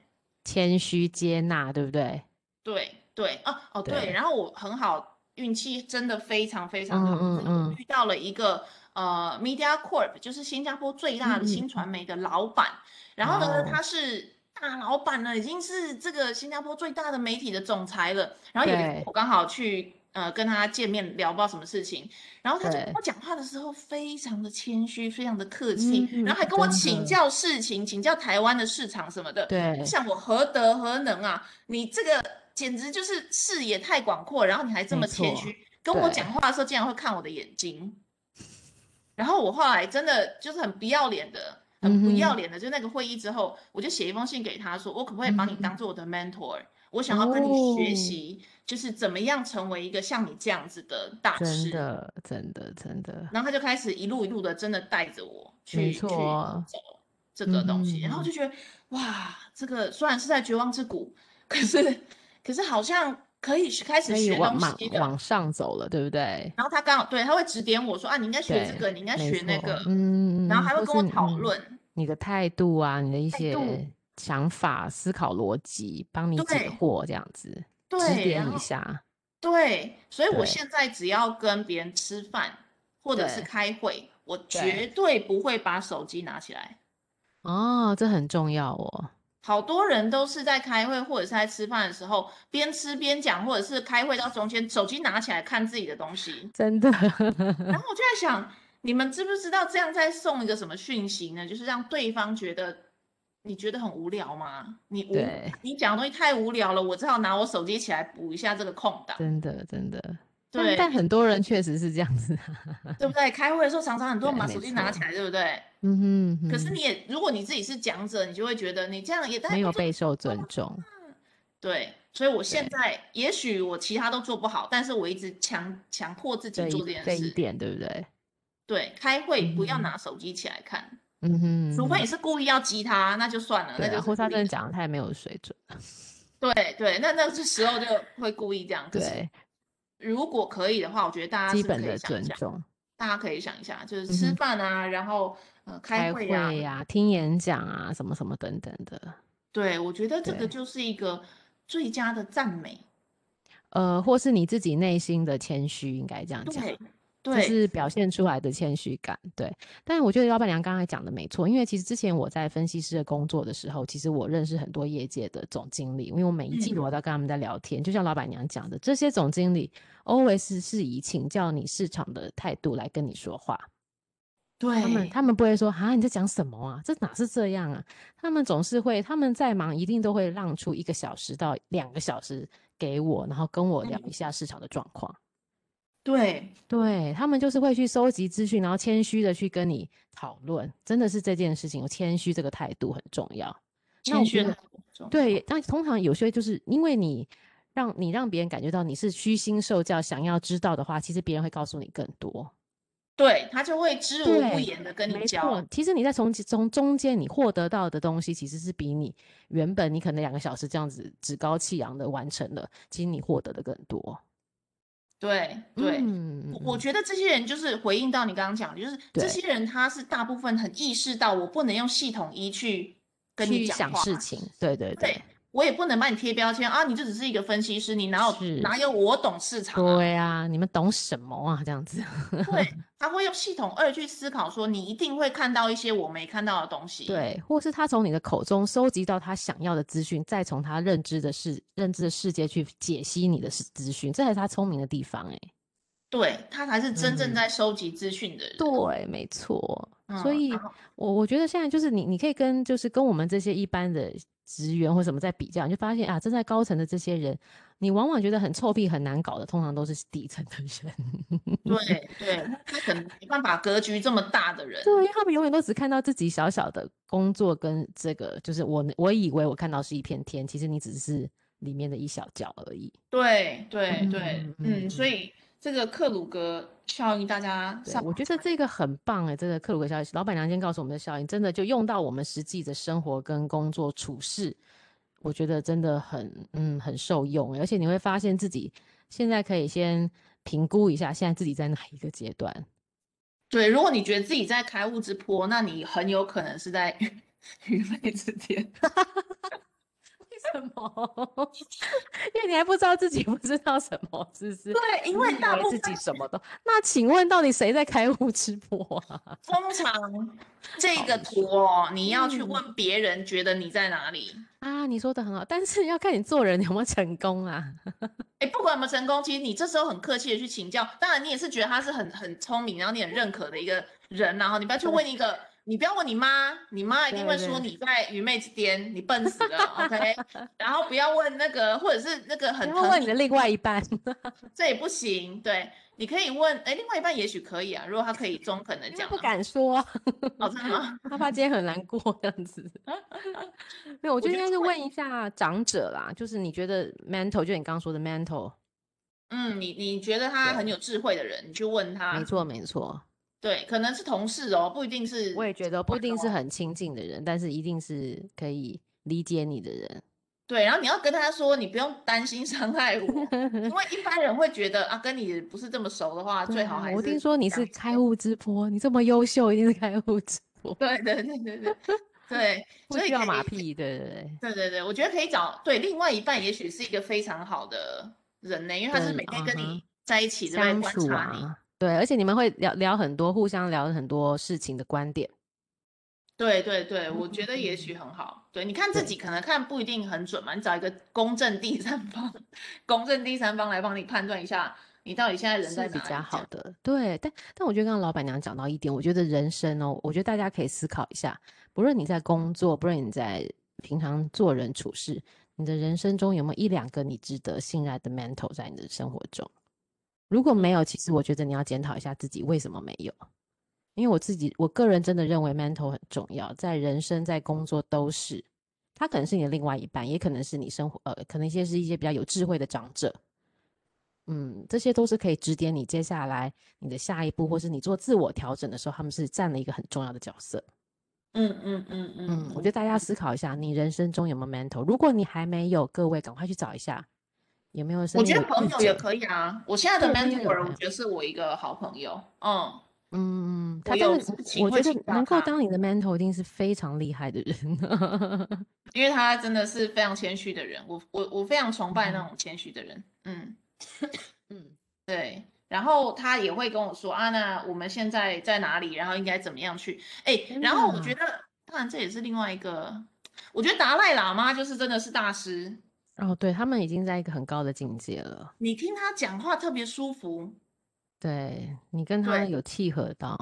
[SPEAKER 1] 谦虚、接纳，对不对？
[SPEAKER 2] 对对哦哦对，
[SPEAKER 1] 对
[SPEAKER 2] 然后我很好，运气真的非常非常好，
[SPEAKER 1] 嗯
[SPEAKER 2] 就是我
[SPEAKER 1] 嗯
[SPEAKER 2] 遇到了一个呃 Media Corp，就是新加坡最大
[SPEAKER 1] 嗯
[SPEAKER 2] 的
[SPEAKER 1] 嗯
[SPEAKER 2] 新传媒的老板，然后
[SPEAKER 1] 哇
[SPEAKER 2] 呢，
[SPEAKER 1] 哦
[SPEAKER 2] 他是大老板了，已经是这个新加坡最大的媒体的总裁了。然后有一次
[SPEAKER 1] 对
[SPEAKER 2] 我刚好去呃跟他见面聊，不知道什么事情，然后他就跟
[SPEAKER 1] 对
[SPEAKER 2] 我讲话的时候非常的谦虚，非常的客气，然后还
[SPEAKER 1] 嗯
[SPEAKER 2] 跟我
[SPEAKER 1] 真
[SPEAKER 2] 请
[SPEAKER 1] 的
[SPEAKER 2] 教事情，请教台湾的市场什么的。
[SPEAKER 1] 对
[SPEAKER 2] 我想我何德何能啊？你这个简直就是视野太广阔，然后你还这
[SPEAKER 1] 没
[SPEAKER 2] 么谦
[SPEAKER 1] 错
[SPEAKER 2] 虚，跟我讲话的时候竟然会看我的眼睛。然后我后来真的就是很不要脸的，很不
[SPEAKER 1] 嗯
[SPEAKER 2] 要
[SPEAKER 1] 哼
[SPEAKER 2] 脸的，就那个会议之后，我就写一封信给他说，我可不可以把你
[SPEAKER 1] 嗯
[SPEAKER 2] 当做我的 mentor？我想要跟你学
[SPEAKER 1] 哦
[SPEAKER 2] 习，就是怎么样成为一个像你这样子的大
[SPEAKER 1] 真
[SPEAKER 2] 师。
[SPEAKER 1] 的，真的，真的，
[SPEAKER 2] 然后他就开始一路一路的真的带着我
[SPEAKER 1] 没
[SPEAKER 2] 去去
[SPEAKER 1] 错，
[SPEAKER 2] 走这个东西，
[SPEAKER 1] 嗯
[SPEAKER 2] 然后
[SPEAKER 1] 哼
[SPEAKER 2] 就觉得哇，这个虽然是在绝望之谷，可是可是好像可以去开始
[SPEAKER 1] 可以
[SPEAKER 2] 学
[SPEAKER 1] 往
[SPEAKER 2] 东
[SPEAKER 1] 往
[SPEAKER 2] 西的。
[SPEAKER 1] 往上走了，对不对？
[SPEAKER 2] 然后他刚好对，他会指点我说啊，你应该学这
[SPEAKER 1] 对，
[SPEAKER 2] 个，你应该
[SPEAKER 1] 没
[SPEAKER 2] 学那
[SPEAKER 1] 错
[SPEAKER 2] 个，，
[SPEAKER 1] 嗯，
[SPEAKER 2] 然后还会
[SPEAKER 1] 或
[SPEAKER 2] 跟
[SPEAKER 1] 是
[SPEAKER 2] 我讨
[SPEAKER 1] 嗯
[SPEAKER 2] 论。
[SPEAKER 1] 你的态度啊，你的一
[SPEAKER 2] 态度
[SPEAKER 1] 些想法、思考逻辑，帮你解
[SPEAKER 2] 对
[SPEAKER 1] 惑，这样子指
[SPEAKER 2] 对，然
[SPEAKER 1] 点一
[SPEAKER 2] 后
[SPEAKER 1] 下，
[SPEAKER 2] 对，所以我
[SPEAKER 1] 对
[SPEAKER 2] 现在只要跟别人吃饭或者是
[SPEAKER 1] 对
[SPEAKER 2] 开会，我绝
[SPEAKER 1] 对，
[SPEAKER 2] 对不会把手机拿起来。
[SPEAKER 1] 哦，这很重要哦，
[SPEAKER 2] 好多人都是在开会或者是在吃饭的时候边吃边讲，或者是开会到中间手机拿起来看自己的东西，
[SPEAKER 1] 真的，
[SPEAKER 2] 然后我就在想，你们知不知道这样在送一个什么讯息呢？就是让对方觉得你觉得很无聊吗？你无
[SPEAKER 1] 对，
[SPEAKER 2] 你讲的东西太无聊了，我只好拿我手机起来补一下这个空档，
[SPEAKER 1] 真的，真的。但但
[SPEAKER 2] 对
[SPEAKER 1] 很多人确实是这样子啊，
[SPEAKER 2] 对不对？开会的时候常常很多
[SPEAKER 1] 对，
[SPEAKER 2] 人把
[SPEAKER 1] 没
[SPEAKER 2] 手机拿起
[SPEAKER 1] 错，
[SPEAKER 2] 来，对不对？
[SPEAKER 1] 嗯哼嗯
[SPEAKER 2] 可是
[SPEAKER 1] 哼，
[SPEAKER 2] 你也，如果你自己是讲者，你就会觉得你这样也太
[SPEAKER 1] 没
[SPEAKER 2] 不
[SPEAKER 1] 有
[SPEAKER 2] 尊
[SPEAKER 1] 备受
[SPEAKER 2] 重
[SPEAKER 1] 尊重，
[SPEAKER 2] 对，所以我现
[SPEAKER 1] 对
[SPEAKER 2] 在也许我其他都做不好，但是我一直强强迫自己
[SPEAKER 1] 这一
[SPEAKER 2] 做这件
[SPEAKER 1] 这一
[SPEAKER 2] 事。
[SPEAKER 1] 点，对不对？
[SPEAKER 2] 对，开会不要
[SPEAKER 1] 嗯
[SPEAKER 2] 拿手机起来看，
[SPEAKER 1] 哼，嗯哼
[SPEAKER 2] 除
[SPEAKER 1] 嗯
[SPEAKER 2] 非你
[SPEAKER 1] 哼，
[SPEAKER 2] 是故意要激他，那就算了，
[SPEAKER 1] 对
[SPEAKER 2] 那就
[SPEAKER 1] 啊，
[SPEAKER 2] 是
[SPEAKER 1] 或是他
[SPEAKER 2] 故
[SPEAKER 1] 真的
[SPEAKER 2] 意的。
[SPEAKER 1] 讲的太没有水准，
[SPEAKER 2] 对对，那那这时候就会故意这样。可是
[SPEAKER 1] 对，
[SPEAKER 2] 如果可以的话，我觉得大家
[SPEAKER 1] 基
[SPEAKER 2] 是
[SPEAKER 1] 本
[SPEAKER 2] 可以
[SPEAKER 1] 的
[SPEAKER 2] 想一
[SPEAKER 1] 尊
[SPEAKER 2] 想，
[SPEAKER 1] 重，
[SPEAKER 2] 大家可以想一下，就
[SPEAKER 1] 嗯
[SPEAKER 2] 是吃
[SPEAKER 1] 哼，
[SPEAKER 2] 饭啊，然后呃开
[SPEAKER 1] 开
[SPEAKER 2] 会啊，
[SPEAKER 1] 会呀、听演讲啊，什么什么等等的，
[SPEAKER 2] 对，我觉得这个
[SPEAKER 1] 对，
[SPEAKER 2] 就是一个最佳的赞美。
[SPEAKER 1] 呃，或是你自己内心的谦虚，应该这样讲。
[SPEAKER 2] 对
[SPEAKER 1] 这
[SPEAKER 2] 对，
[SPEAKER 1] 是表现出来的谦虚感，对。但我觉得老板娘刚才讲的没错，因为其实之前我在分析师的工作的时候，其实我认识很多业界的总经理，因为我每一季
[SPEAKER 2] 嗯，
[SPEAKER 1] 度我都跟他们在聊天，就像老板娘讲的，这些总经理 always 是以请教你市场的态度来跟你说话，他们
[SPEAKER 2] 对
[SPEAKER 1] 他们不会说啊你在讲什么啊，这哪是这样啊？他们总是会，他们再忙一定都会让出一个小时到两个小时给我，然后跟我聊一
[SPEAKER 2] 嗯
[SPEAKER 1] 下市场的状况。
[SPEAKER 2] 对，
[SPEAKER 1] 对，他们就是会去收集资讯，然后谦虚的去跟你讨论，真的是这件事情，我谦虚这个态度很重要。那
[SPEAKER 2] 谦
[SPEAKER 1] 我
[SPEAKER 2] 虚
[SPEAKER 1] 觉
[SPEAKER 2] 的
[SPEAKER 1] 得，
[SPEAKER 2] 态度很重要。
[SPEAKER 1] 对，但通常有些就是因为你让你让别人感觉到你是虚心受教，想要知道的话，其实别人会告诉你更多。
[SPEAKER 2] 对，他就会知无不
[SPEAKER 1] 对，
[SPEAKER 2] 言的跟你
[SPEAKER 1] 没错。
[SPEAKER 2] 教。
[SPEAKER 1] 其实你在从其从中间你获得到的东西，其实是比你原本你可能两个小时这样子趾高气扬的完成了，其实你获得的更多。
[SPEAKER 2] 对对，
[SPEAKER 1] 嗯
[SPEAKER 2] 我我
[SPEAKER 1] 嗯，
[SPEAKER 2] 觉得这些人就是回应到你刚刚讲的，就是这
[SPEAKER 1] 对。
[SPEAKER 2] 些人他是大部分很意识到我不能用系统一去跟你
[SPEAKER 1] 去
[SPEAKER 2] 讲
[SPEAKER 1] 想
[SPEAKER 2] 话，
[SPEAKER 1] 事情，对对对，
[SPEAKER 2] 对我也不能把你贴标签啊，你就只是一个分析师，你哪有
[SPEAKER 1] 是，
[SPEAKER 2] 哪有我懂市场啊？
[SPEAKER 1] 对啊，你们懂什么啊？这样子，
[SPEAKER 2] 对，他会用系统二去思考说你一定会看到一些我没看到的东西。
[SPEAKER 1] 对，或是他从你的口中收集到他想要的资讯，再从他认知的世认知的世界去解析你的是资讯，这才是他聪明的地方、欸，哎，
[SPEAKER 2] 对，他才是真正
[SPEAKER 1] 嗯。
[SPEAKER 2] 在收集资讯的人。
[SPEAKER 1] 对，没错。所
[SPEAKER 2] 嗯，然
[SPEAKER 1] 以
[SPEAKER 2] 后
[SPEAKER 1] 我我觉得现在就是你，你可以跟就是跟我们这些一般的职员或什么在比较，你就发现啊，站在高层的这些人，你往往觉得很臭屁、很难搞的，通常都是底层的人。
[SPEAKER 2] 对对，他可能没办法格局这么大的
[SPEAKER 1] 对，因
[SPEAKER 2] 人。
[SPEAKER 1] 为他们永远都只看到自己小小的工作跟这个，就是我我以为我看到是一片天，其实你只是里面的一小角而已。
[SPEAKER 2] 对对对，
[SPEAKER 1] 嗯嗯
[SPEAKER 2] 嗯，所
[SPEAKER 1] 嗯，
[SPEAKER 2] 以这个克鲁格效应，大家
[SPEAKER 1] 对
[SPEAKER 2] 上
[SPEAKER 1] 我觉得这个很棒哎、这个克鲁格效应，老板娘今天告诉我们的效应，真的就用到我们实际的生活跟工作处事，我觉得真的很嗯很受用欸、而且你会发现自己现在可以先评估一下，现在自己在哪一个阶段。
[SPEAKER 2] 对，如果你觉得自己在开悟之坡，那你很有可能是在 愚昧之巅。
[SPEAKER 1] 为什么？ 因为你还不知道自己不知道什么，是不是？
[SPEAKER 2] 对，因为
[SPEAKER 1] 你以
[SPEAKER 2] 大部
[SPEAKER 1] 自
[SPEAKER 2] 分
[SPEAKER 1] 己什么都……那请问到底谁在开悟直播啊？
[SPEAKER 2] 通常这个
[SPEAKER 1] 好
[SPEAKER 2] 图哦，你要去
[SPEAKER 1] 嗯
[SPEAKER 2] 问别人觉得你在哪里。
[SPEAKER 1] 啊，你说的很好，但是要看你做人有没有成功啊。
[SPEAKER 2] 哎，不管有没有成功，其实你这时候很客气的去请教。当然，你也是觉得他是很很聪明，然后你很认可的一个人，然后你不要去
[SPEAKER 1] 对
[SPEAKER 2] 问一个，你不要问你妈，你妈一定会
[SPEAKER 1] 对
[SPEAKER 2] 说
[SPEAKER 1] 对
[SPEAKER 2] 你在愚昧之巅，你笨死 了，OK。然后不要问那个，或者是那个很
[SPEAKER 1] 然后
[SPEAKER 2] 疼
[SPEAKER 1] 问你的另外一半，
[SPEAKER 2] 这也不行。对，你可以问，哎，另外一半也许可以啊，如果他可以中肯的
[SPEAKER 1] 因为
[SPEAKER 2] 讲
[SPEAKER 1] 不
[SPEAKER 2] 的
[SPEAKER 1] 敢说啊，
[SPEAKER 2] 话，哦，真的吗？
[SPEAKER 1] 他怕今天很难过这样 子。没有，我觉得
[SPEAKER 2] 觉
[SPEAKER 1] 应该
[SPEAKER 2] 得
[SPEAKER 1] 是
[SPEAKER 2] 会
[SPEAKER 1] 问一下长者啦，就是你觉得 mentor，就你刚刚说的 mentor，
[SPEAKER 2] 嗯，你你觉得他很有智慧的人，你去问他
[SPEAKER 1] 没，错没
[SPEAKER 2] 啊
[SPEAKER 1] 错，
[SPEAKER 2] 对，可能是同事哦，不一定是。
[SPEAKER 1] 我也觉得不一定是
[SPEAKER 2] 哦
[SPEAKER 1] 很亲近的人，但是一定是可以理解你的人。
[SPEAKER 2] 对，然后你要跟他说，你不用担心伤害 我，因为一般人会觉得啊，跟你不是这么熟的话，
[SPEAKER 1] 对
[SPEAKER 2] 最好
[SPEAKER 1] 啊
[SPEAKER 2] 还
[SPEAKER 1] 我听
[SPEAKER 2] 是
[SPEAKER 1] 说你
[SPEAKER 2] 讲
[SPEAKER 1] 是
[SPEAKER 2] 一
[SPEAKER 1] 开
[SPEAKER 2] 些
[SPEAKER 1] 悟之坡，你这么优秀，一定是开悟之坡，
[SPEAKER 2] 对对 对对对对，
[SPEAKER 1] 不
[SPEAKER 2] 所以
[SPEAKER 1] 需要
[SPEAKER 2] 可
[SPEAKER 1] 马
[SPEAKER 2] 以
[SPEAKER 1] 屁，对对对。
[SPEAKER 2] 对对对，我觉得可以找对另外一半，也许是一个非常好的人呢，因为他是
[SPEAKER 1] 人
[SPEAKER 2] 每天
[SPEAKER 1] 啊
[SPEAKER 2] 跟你
[SPEAKER 1] 哈
[SPEAKER 2] 在一起，对不对？
[SPEAKER 1] 相
[SPEAKER 2] 观
[SPEAKER 1] 处
[SPEAKER 2] 察你，
[SPEAKER 1] 啊，对，而且你们会聊聊很多，互相聊很多事情的观点。
[SPEAKER 2] 对对对，我觉得也许很好。对，你看
[SPEAKER 1] 嗯
[SPEAKER 2] 自
[SPEAKER 1] 对
[SPEAKER 2] 己可能看不一定很准嘛，你找一个公正第三方， 公正第三方来帮你判断一下，你到底现在人在
[SPEAKER 1] 是比较
[SPEAKER 2] 哪里这
[SPEAKER 1] 好
[SPEAKER 2] 样。
[SPEAKER 1] 的，对，但但我觉得刚刚老板娘讲到一点，我觉得人生哦，我觉得大家可以思考一下，不论你在工作，不论你在平常做人处事，你的人生中有没有一两个你值得信赖的 mentor 在你的生活中？如果
[SPEAKER 2] 嗯
[SPEAKER 1] 没有，其实我觉得你要检讨一下自己为什么没有，因为我自己我个人真的认为 mentor 很重要，在人生在工作都是，他可能是你的另外一半，也可能是你生活呃，可能一些是一些比较有智慧的长者，嗯，这些都是可以指点你接下来你的下一步，或是你做自我调整的时候，他们是占了一个很重要的角色。
[SPEAKER 2] 嗯嗯嗯嗯
[SPEAKER 1] 嗯，我觉得大家思考一下，你人生中有没有 mentor？如果你还没有，各位赶快去找一下，有没有身
[SPEAKER 2] 我
[SPEAKER 1] 边
[SPEAKER 2] 觉得
[SPEAKER 1] 有
[SPEAKER 2] 朋
[SPEAKER 1] 智
[SPEAKER 2] 友也
[SPEAKER 1] 者
[SPEAKER 2] 可以啊，我现在的
[SPEAKER 1] 对朋友有
[SPEAKER 2] mentor 我
[SPEAKER 1] 朋友
[SPEAKER 2] 觉得是我一个好朋友，嗯，
[SPEAKER 1] 嗯，
[SPEAKER 2] 我
[SPEAKER 1] 他
[SPEAKER 2] 有
[SPEAKER 1] 真
[SPEAKER 2] 事
[SPEAKER 1] 的，
[SPEAKER 2] 情
[SPEAKER 1] 我
[SPEAKER 2] 会
[SPEAKER 1] 觉得
[SPEAKER 2] 请教
[SPEAKER 1] 能够
[SPEAKER 2] 他
[SPEAKER 1] 当你的 mentor 一定是非常厉害的人。
[SPEAKER 2] 因为他真的是非常谦虚的人，我我我非常崇拜那种谦虚的人，嗯，
[SPEAKER 1] 嗯，
[SPEAKER 2] 对。然后他也会跟我说啊，那我们现在在哪里？然后应该怎么样去？哎，
[SPEAKER 1] 真
[SPEAKER 2] 然
[SPEAKER 1] 的
[SPEAKER 2] 后我觉
[SPEAKER 1] 啊
[SPEAKER 2] 得，当然这也是另外一个，我觉得达赖喇嘛就是真的是大师，
[SPEAKER 1] 哦，对，他们已经在一个很高的境界了，
[SPEAKER 2] 你听他讲话特别舒服，
[SPEAKER 1] 对你跟他
[SPEAKER 2] 对
[SPEAKER 1] 有契合到，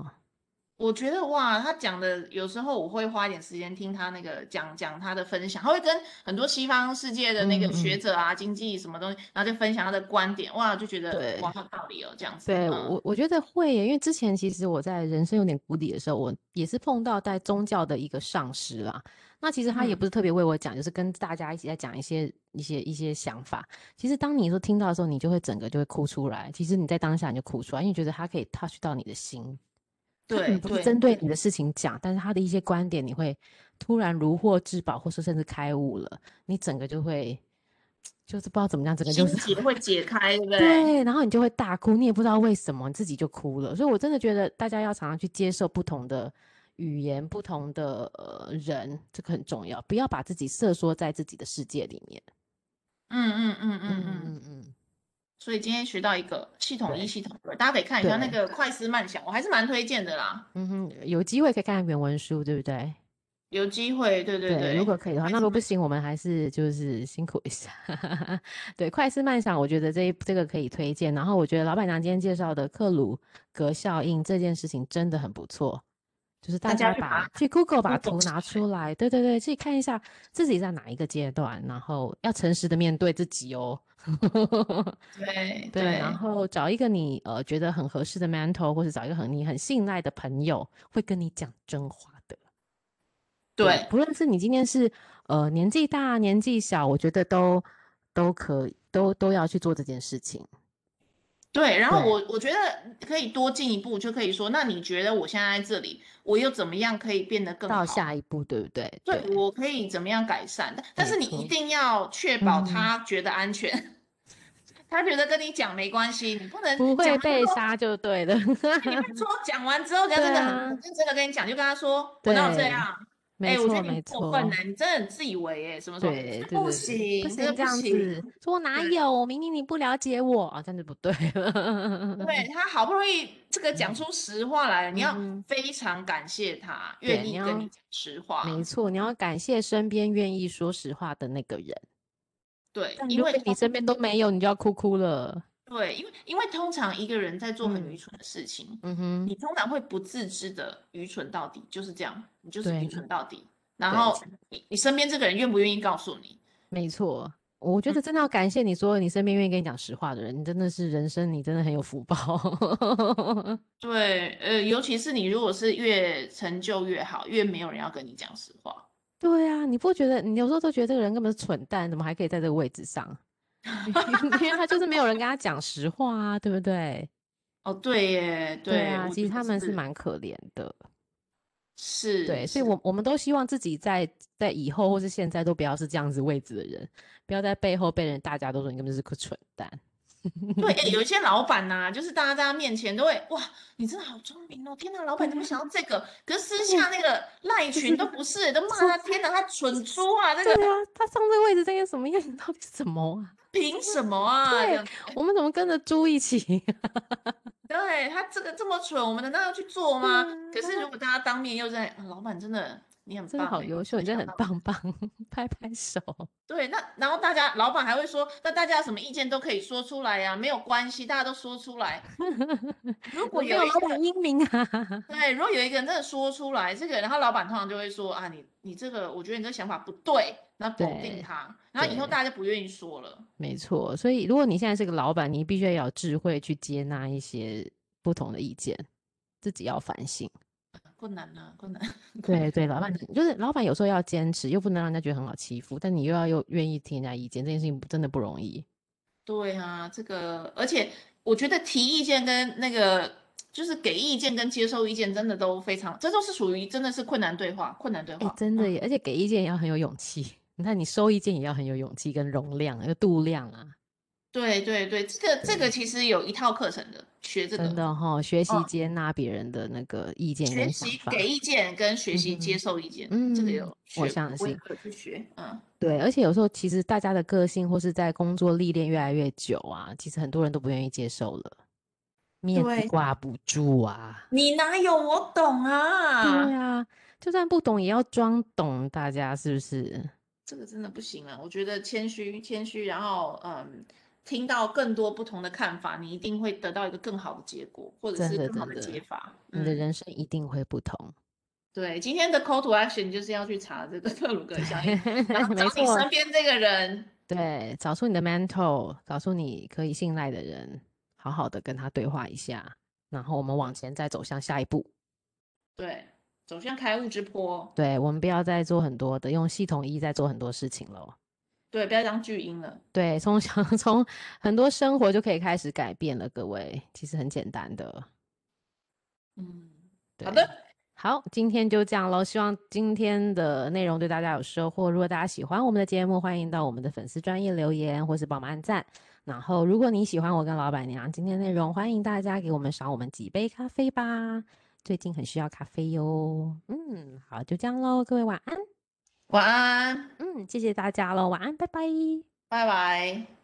[SPEAKER 2] 我觉得哇，他讲的有时候我会花一点时间听他那个讲讲他的分享，他会跟很多西方世界的那个
[SPEAKER 1] 嗯
[SPEAKER 2] 学
[SPEAKER 1] 嗯
[SPEAKER 2] 者啊、经济什么东西，然后就分享他的观点，哇，就觉得
[SPEAKER 1] 对
[SPEAKER 2] 哇，好有道理哦，这样子，
[SPEAKER 1] 对，
[SPEAKER 2] 嗯
[SPEAKER 1] 我我觉得会耶，因为之前其实我在人生有点谷底的时候，我也是碰到在宗教的一个上师啦。那其实他也
[SPEAKER 2] 嗯
[SPEAKER 1] 不是特别为我讲，就是跟大家一起在讲一些一些一些想法。其实当你说听到的时候，你就会整个就会哭出来。其实你在当下你就哭出来，因为觉得他可以 touch 到你的心。 他可
[SPEAKER 2] 对
[SPEAKER 1] 能不是
[SPEAKER 2] 对
[SPEAKER 1] 针对你的事情讲，但是他的一些观点，你会突然如获至宝，或是甚至开悟了，你整个就会就是不知道怎么样，整个就
[SPEAKER 2] 心
[SPEAKER 1] 是
[SPEAKER 2] 结会解开，对不对？
[SPEAKER 1] 对，然后你就会大哭，你也不知道为什么，你自己就哭了。所以我真的觉得大家要常常去接受不同的语言、不同的呃人，这个很重要，不要把自己瑟缩在自己的世界里面。
[SPEAKER 2] 嗯嗯嗯嗯
[SPEAKER 1] 嗯
[SPEAKER 2] 嗯。
[SPEAKER 1] 嗯嗯，
[SPEAKER 2] 所以今天学到一个系统一、
[SPEAKER 1] 对
[SPEAKER 2] 系统二，大家可以看一下那
[SPEAKER 1] 对
[SPEAKER 2] 个快思慢想，我还是蛮推荐的啦。
[SPEAKER 1] 嗯哼，有机会可以看看原文书，对不对？
[SPEAKER 2] 有机会，对对对，
[SPEAKER 1] 如果可以的话，
[SPEAKER 2] 快
[SPEAKER 1] 那如
[SPEAKER 2] 思
[SPEAKER 1] 果
[SPEAKER 2] 慢
[SPEAKER 1] 不行，我们还是就是辛苦一下。 对，快思慢想，我觉得这一这个可以推荐。然后我觉得老板娘今天介绍的克鲁格效应这件事情真的很不错，就是大
[SPEAKER 2] 大家
[SPEAKER 1] 家
[SPEAKER 2] 去把
[SPEAKER 1] 把去 Google 把
[SPEAKER 2] Google
[SPEAKER 1] 图
[SPEAKER 2] 起
[SPEAKER 1] 拿
[SPEAKER 2] 来
[SPEAKER 1] 出来，对对对，去看一下自己在哪一个阶段，然后要诚实的面对自己哦。
[SPEAKER 2] 对
[SPEAKER 1] 对，
[SPEAKER 2] 对，
[SPEAKER 1] 然后找一个你呃觉得很合适的 mentor，或者找一个很你很信赖的朋友，会跟你讲真话的。
[SPEAKER 2] 对
[SPEAKER 1] 不论是你今天是呃年纪大年纪小，我觉得都都可以，都都要去做这件事情。
[SPEAKER 2] 对，然后
[SPEAKER 1] 对
[SPEAKER 2] 我我觉得可以多进一步，就可以说，那你觉得我现在在这里，我又怎么样可以变得更
[SPEAKER 1] 到
[SPEAKER 2] 好？
[SPEAKER 1] 下一步，对不对？
[SPEAKER 2] 对，我可以怎么样改善？但但
[SPEAKER 1] 没
[SPEAKER 2] 是你
[SPEAKER 1] 错
[SPEAKER 2] 一定要确保
[SPEAKER 1] 嗯
[SPEAKER 2] 他觉得安全， 他觉得跟你讲没关系，你不能
[SPEAKER 1] 不
[SPEAKER 2] 讲
[SPEAKER 1] 会
[SPEAKER 2] 完之
[SPEAKER 1] 被
[SPEAKER 2] 后
[SPEAKER 1] 杀就对了，
[SPEAKER 2] 你不能说讲完之后，人家
[SPEAKER 1] 对
[SPEAKER 2] 真的
[SPEAKER 1] 啊
[SPEAKER 2] 很很认真的跟你讲，就跟他说，我哪有这
[SPEAKER 1] 对
[SPEAKER 2] 样？哎，
[SPEAKER 1] 没
[SPEAKER 2] 我
[SPEAKER 1] 错
[SPEAKER 2] 觉得你
[SPEAKER 1] 没
[SPEAKER 2] 很
[SPEAKER 1] 错
[SPEAKER 2] 过，分呢，你真的很自以为哎，什么什么，
[SPEAKER 1] 对对
[SPEAKER 2] 这
[SPEAKER 1] 对，
[SPEAKER 2] 不
[SPEAKER 1] 对
[SPEAKER 2] 行，
[SPEAKER 1] 不
[SPEAKER 2] 这个
[SPEAKER 1] 行这样
[SPEAKER 2] 不行。
[SPEAKER 1] 子，说我哪
[SPEAKER 2] 对
[SPEAKER 1] 有，明明你不了解我啊，这样就不对 了，
[SPEAKER 2] 对他好不容易这个讲
[SPEAKER 1] 嗯
[SPEAKER 2] 出实话来了，你要
[SPEAKER 1] 嗯
[SPEAKER 2] 非常感谢他
[SPEAKER 1] 对
[SPEAKER 2] 愿
[SPEAKER 1] 你
[SPEAKER 2] 意
[SPEAKER 1] 要
[SPEAKER 2] 跟你讲实话，
[SPEAKER 1] 没错，你要感谢身边愿意说实话的那个人。
[SPEAKER 2] 对，
[SPEAKER 1] 但
[SPEAKER 2] 因
[SPEAKER 1] 如
[SPEAKER 2] 为
[SPEAKER 1] 果你
[SPEAKER 2] 通
[SPEAKER 1] 身边都没有，你就要哭哭了。
[SPEAKER 2] 对，因为因为通常一个人在做很愚
[SPEAKER 1] 嗯
[SPEAKER 2] 蠢的事情，
[SPEAKER 1] 嗯哼，
[SPEAKER 2] 你通常会不自知的愚蠢到底，就是这样，你就是
[SPEAKER 1] 对
[SPEAKER 2] 愚蠢到底。然
[SPEAKER 1] 对
[SPEAKER 2] 后你你身边这个人愿不愿意告诉你？
[SPEAKER 1] 没错，我觉
[SPEAKER 2] 嗯
[SPEAKER 1] 得真的要感谢你所有你身边愿意跟你讲实话的人，你真的是人生，你真的很有福报。
[SPEAKER 2] 对，呃，尤其是你如果是越成就越好，越没有人要跟你讲实话。
[SPEAKER 1] 对啊，你不觉得你有时候都觉得这个人根本是蠢蛋，怎么还可以在这个位置上？ 因为他就是没有人跟他讲实话啊，对不对？
[SPEAKER 2] 哦，对耶，
[SPEAKER 1] 啊，
[SPEAKER 2] 我
[SPEAKER 1] 其
[SPEAKER 2] 觉
[SPEAKER 1] 实
[SPEAKER 2] 得
[SPEAKER 1] 他们是
[SPEAKER 2] 是
[SPEAKER 1] 蛮可怜的。
[SPEAKER 2] 是
[SPEAKER 1] 对，所以
[SPEAKER 2] 是
[SPEAKER 1] 我我们都希望自己在在以后或是现在都不要是这样子位置的人，不要在背后被人大家都说你根本就是个蠢蛋。
[SPEAKER 2] 对，欸有一些老板呐、就是大家在他面前都会哇，你真的好聪明哦！天哪，老板怎么想到这个？可是私下那个 赖群都不是，都骂他，天哪，他蠢猪啊！这
[SPEAKER 1] 对
[SPEAKER 2] 个
[SPEAKER 1] 啊，他上这个位置在干什么样？ 你到底是什么啊？
[SPEAKER 2] 凭什么啊？这
[SPEAKER 1] 对
[SPEAKER 2] 样子
[SPEAKER 1] 我们怎么跟着猪一起？
[SPEAKER 2] 对他这个这么蠢，我们难道要去做吗？可是
[SPEAKER 1] 啊
[SPEAKER 2] 如果大家当面又在，啊老板真的你很
[SPEAKER 1] 真的
[SPEAKER 2] 棒
[SPEAKER 1] 好
[SPEAKER 2] 欸
[SPEAKER 1] 优秀，你真的很。棒棒，拍拍手。
[SPEAKER 2] 对，那然后大家老板还会说，那大家有什么意见都可以说出来呀、没有关系，大家都说 出来。如
[SPEAKER 1] 我
[SPEAKER 2] 果
[SPEAKER 1] 没
[SPEAKER 2] 有
[SPEAKER 1] 有
[SPEAKER 2] 一
[SPEAKER 1] 老
[SPEAKER 2] 个
[SPEAKER 1] 板英明啊，
[SPEAKER 2] 对，如果有一个人真的说出来这个，然后老板通常就会说啊，你你这个，我觉得你这想法不对，然后否定
[SPEAKER 1] 对
[SPEAKER 2] 他，然后以后
[SPEAKER 1] 对
[SPEAKER 2] 大家就不愿意说了。
[SPEAKER 1] 没错。所以如果你现在是个老板，你必须要有智慧去接纳一些不同的意见，自己要反省。
[SPEAKER 2] 困难呢，困难。困
[SPEAKER 1] 对
[SPEAKER 2] 难
[SPEAKER 1] 对，老板嗯就是老板，有时候要坚持，又不能让人家觉得很好欺负，但你又要又愿意听人家意见，这件事情真的不容易。
[SPEAKER 2] 对啊，这个，而且我觉得提意见跟那个就是给意见跟接受意见，真的都非常，这都是属于真的是困难对话，困难对
[SPEAKER 1] 哎、
[SPEAKER 2] 话。
[SPEAKER 1] 真
[SPEAKER 2] 嗯
[SPEAKER 1] 的耶！而且给意见也要很有勇气，你看你收意见也要很有勇气跟容量，那个度量啊，
[SPEAKER 2] 对对对，这个这个
[SPEAKER 1] 对
[SPEAKER 2] 其实有一套课程的，学这
[SPEAKER 1] 真
[SPEAKER 2] 个，
[SPEAKER 1] 的哦哈、学习
[SPEAKER 2] 嗯
[SPEAKER 1] 接纳别人的那个意见
[SPEAKER 2] 学
[SPEAKER 1] 跟想
[SPEAKER 2] 习
[SPEAKER 1] 法，
[SPEAKER 2] 给意见跟学习
[SPEAKER 1] 嗯
[SPEAKER 2] 接
[SPEAKER 1] 哼
[SPEAKER 2] 受意见，这个
[SPEAKER 1] 嗯
[SPEAKER 2] 有学
[SPEAKER 1] 我
[SPEAKER 2] 过，
[SPEAKER 1] 相
[SPEAKER 2] 我也
[SPEAKER 1] 信
[SPEAKER 2] 有去学，嗯。
[SPEAKER 1] 对。而且有时候其实大家的个性或是在工作历练越来越久啊，其实很多人都不愿意接受了，面子
[SPEAKER 2] 对
[SPEAKER 1] 挂不住啊。
[SPEAKER 2] 你哪有我懂
[SPEAKER 1] 对
[SPEAKER 2] 啊？
[SPEAKER 1] 啊，就算不懂也要装懂，大家是不是？
[SPEAKER 2] 这个真的不行啊！我觉得谦虚，谦虚，然后嗯，听到更多不同的看法，你一定会得到一个更好的结果，或者
[SPEAKER 1] 真
[SPEAKER 2] 是
[SPEAKER 1] 的
[SPEAKER 2] 更好
[SPEAKER 1] 真
[SPEAKER 2] 的解
[SPEAKER 1] 的
[SPEAKER 2] 法。
[SPEAKER 1] 你的
[SPEAKER 2] 嗯，
[SPEAKER 1] 人生一定会不同。
[SPEAKER 2] 对，今天的 call to action 就是要去查这个 特鲁格效应，然后找
[SPEAKER 1] 没
[SPEAKER 2] 你
[SPEAKER 1] 错，
[SPEAKER 2] 身边这个人。
[SPEAKER 1] 对，找出你的 mentor，找出你可以信赖的人，好好的跟他对话一下，然后我们往前再走向下一步。
[SPEAKER 2] 对，走向开悟之坡。
[SPEAKER 1] 对，我们不要再做很多的，用系统一再做很多事情喽。
[SPEAKER 2] 对，不要当巨婴了。
[SPEAKER 1] 对，从小 从很多生活就可以开始改变了，各位，其实很简单的。
[SPEAKER 2] 嗯，
[SPEAKER 1] 对
[SPEAKER 2] 好，的，
[SPEAKER 1] 好，今天就这样喽。希望今天的内容对大家有收获。如果大家喜欢我们的节目，欢迎到我们的粉丝专业留言，或是帮我们按赞。然后，如果你喜欢我跟老板娘今天的内容，欢迎大家给我们赏我们几杯咖啡吧。最近很需要咖啡哟。嗯，好，就这样喽，各位晚安。
[SPEAKER 2] 晚安，
[SPEAKER 1] 嗯，谢谢大家喽，晚安，拜拜。
[SPEAKER 2] 拜拜。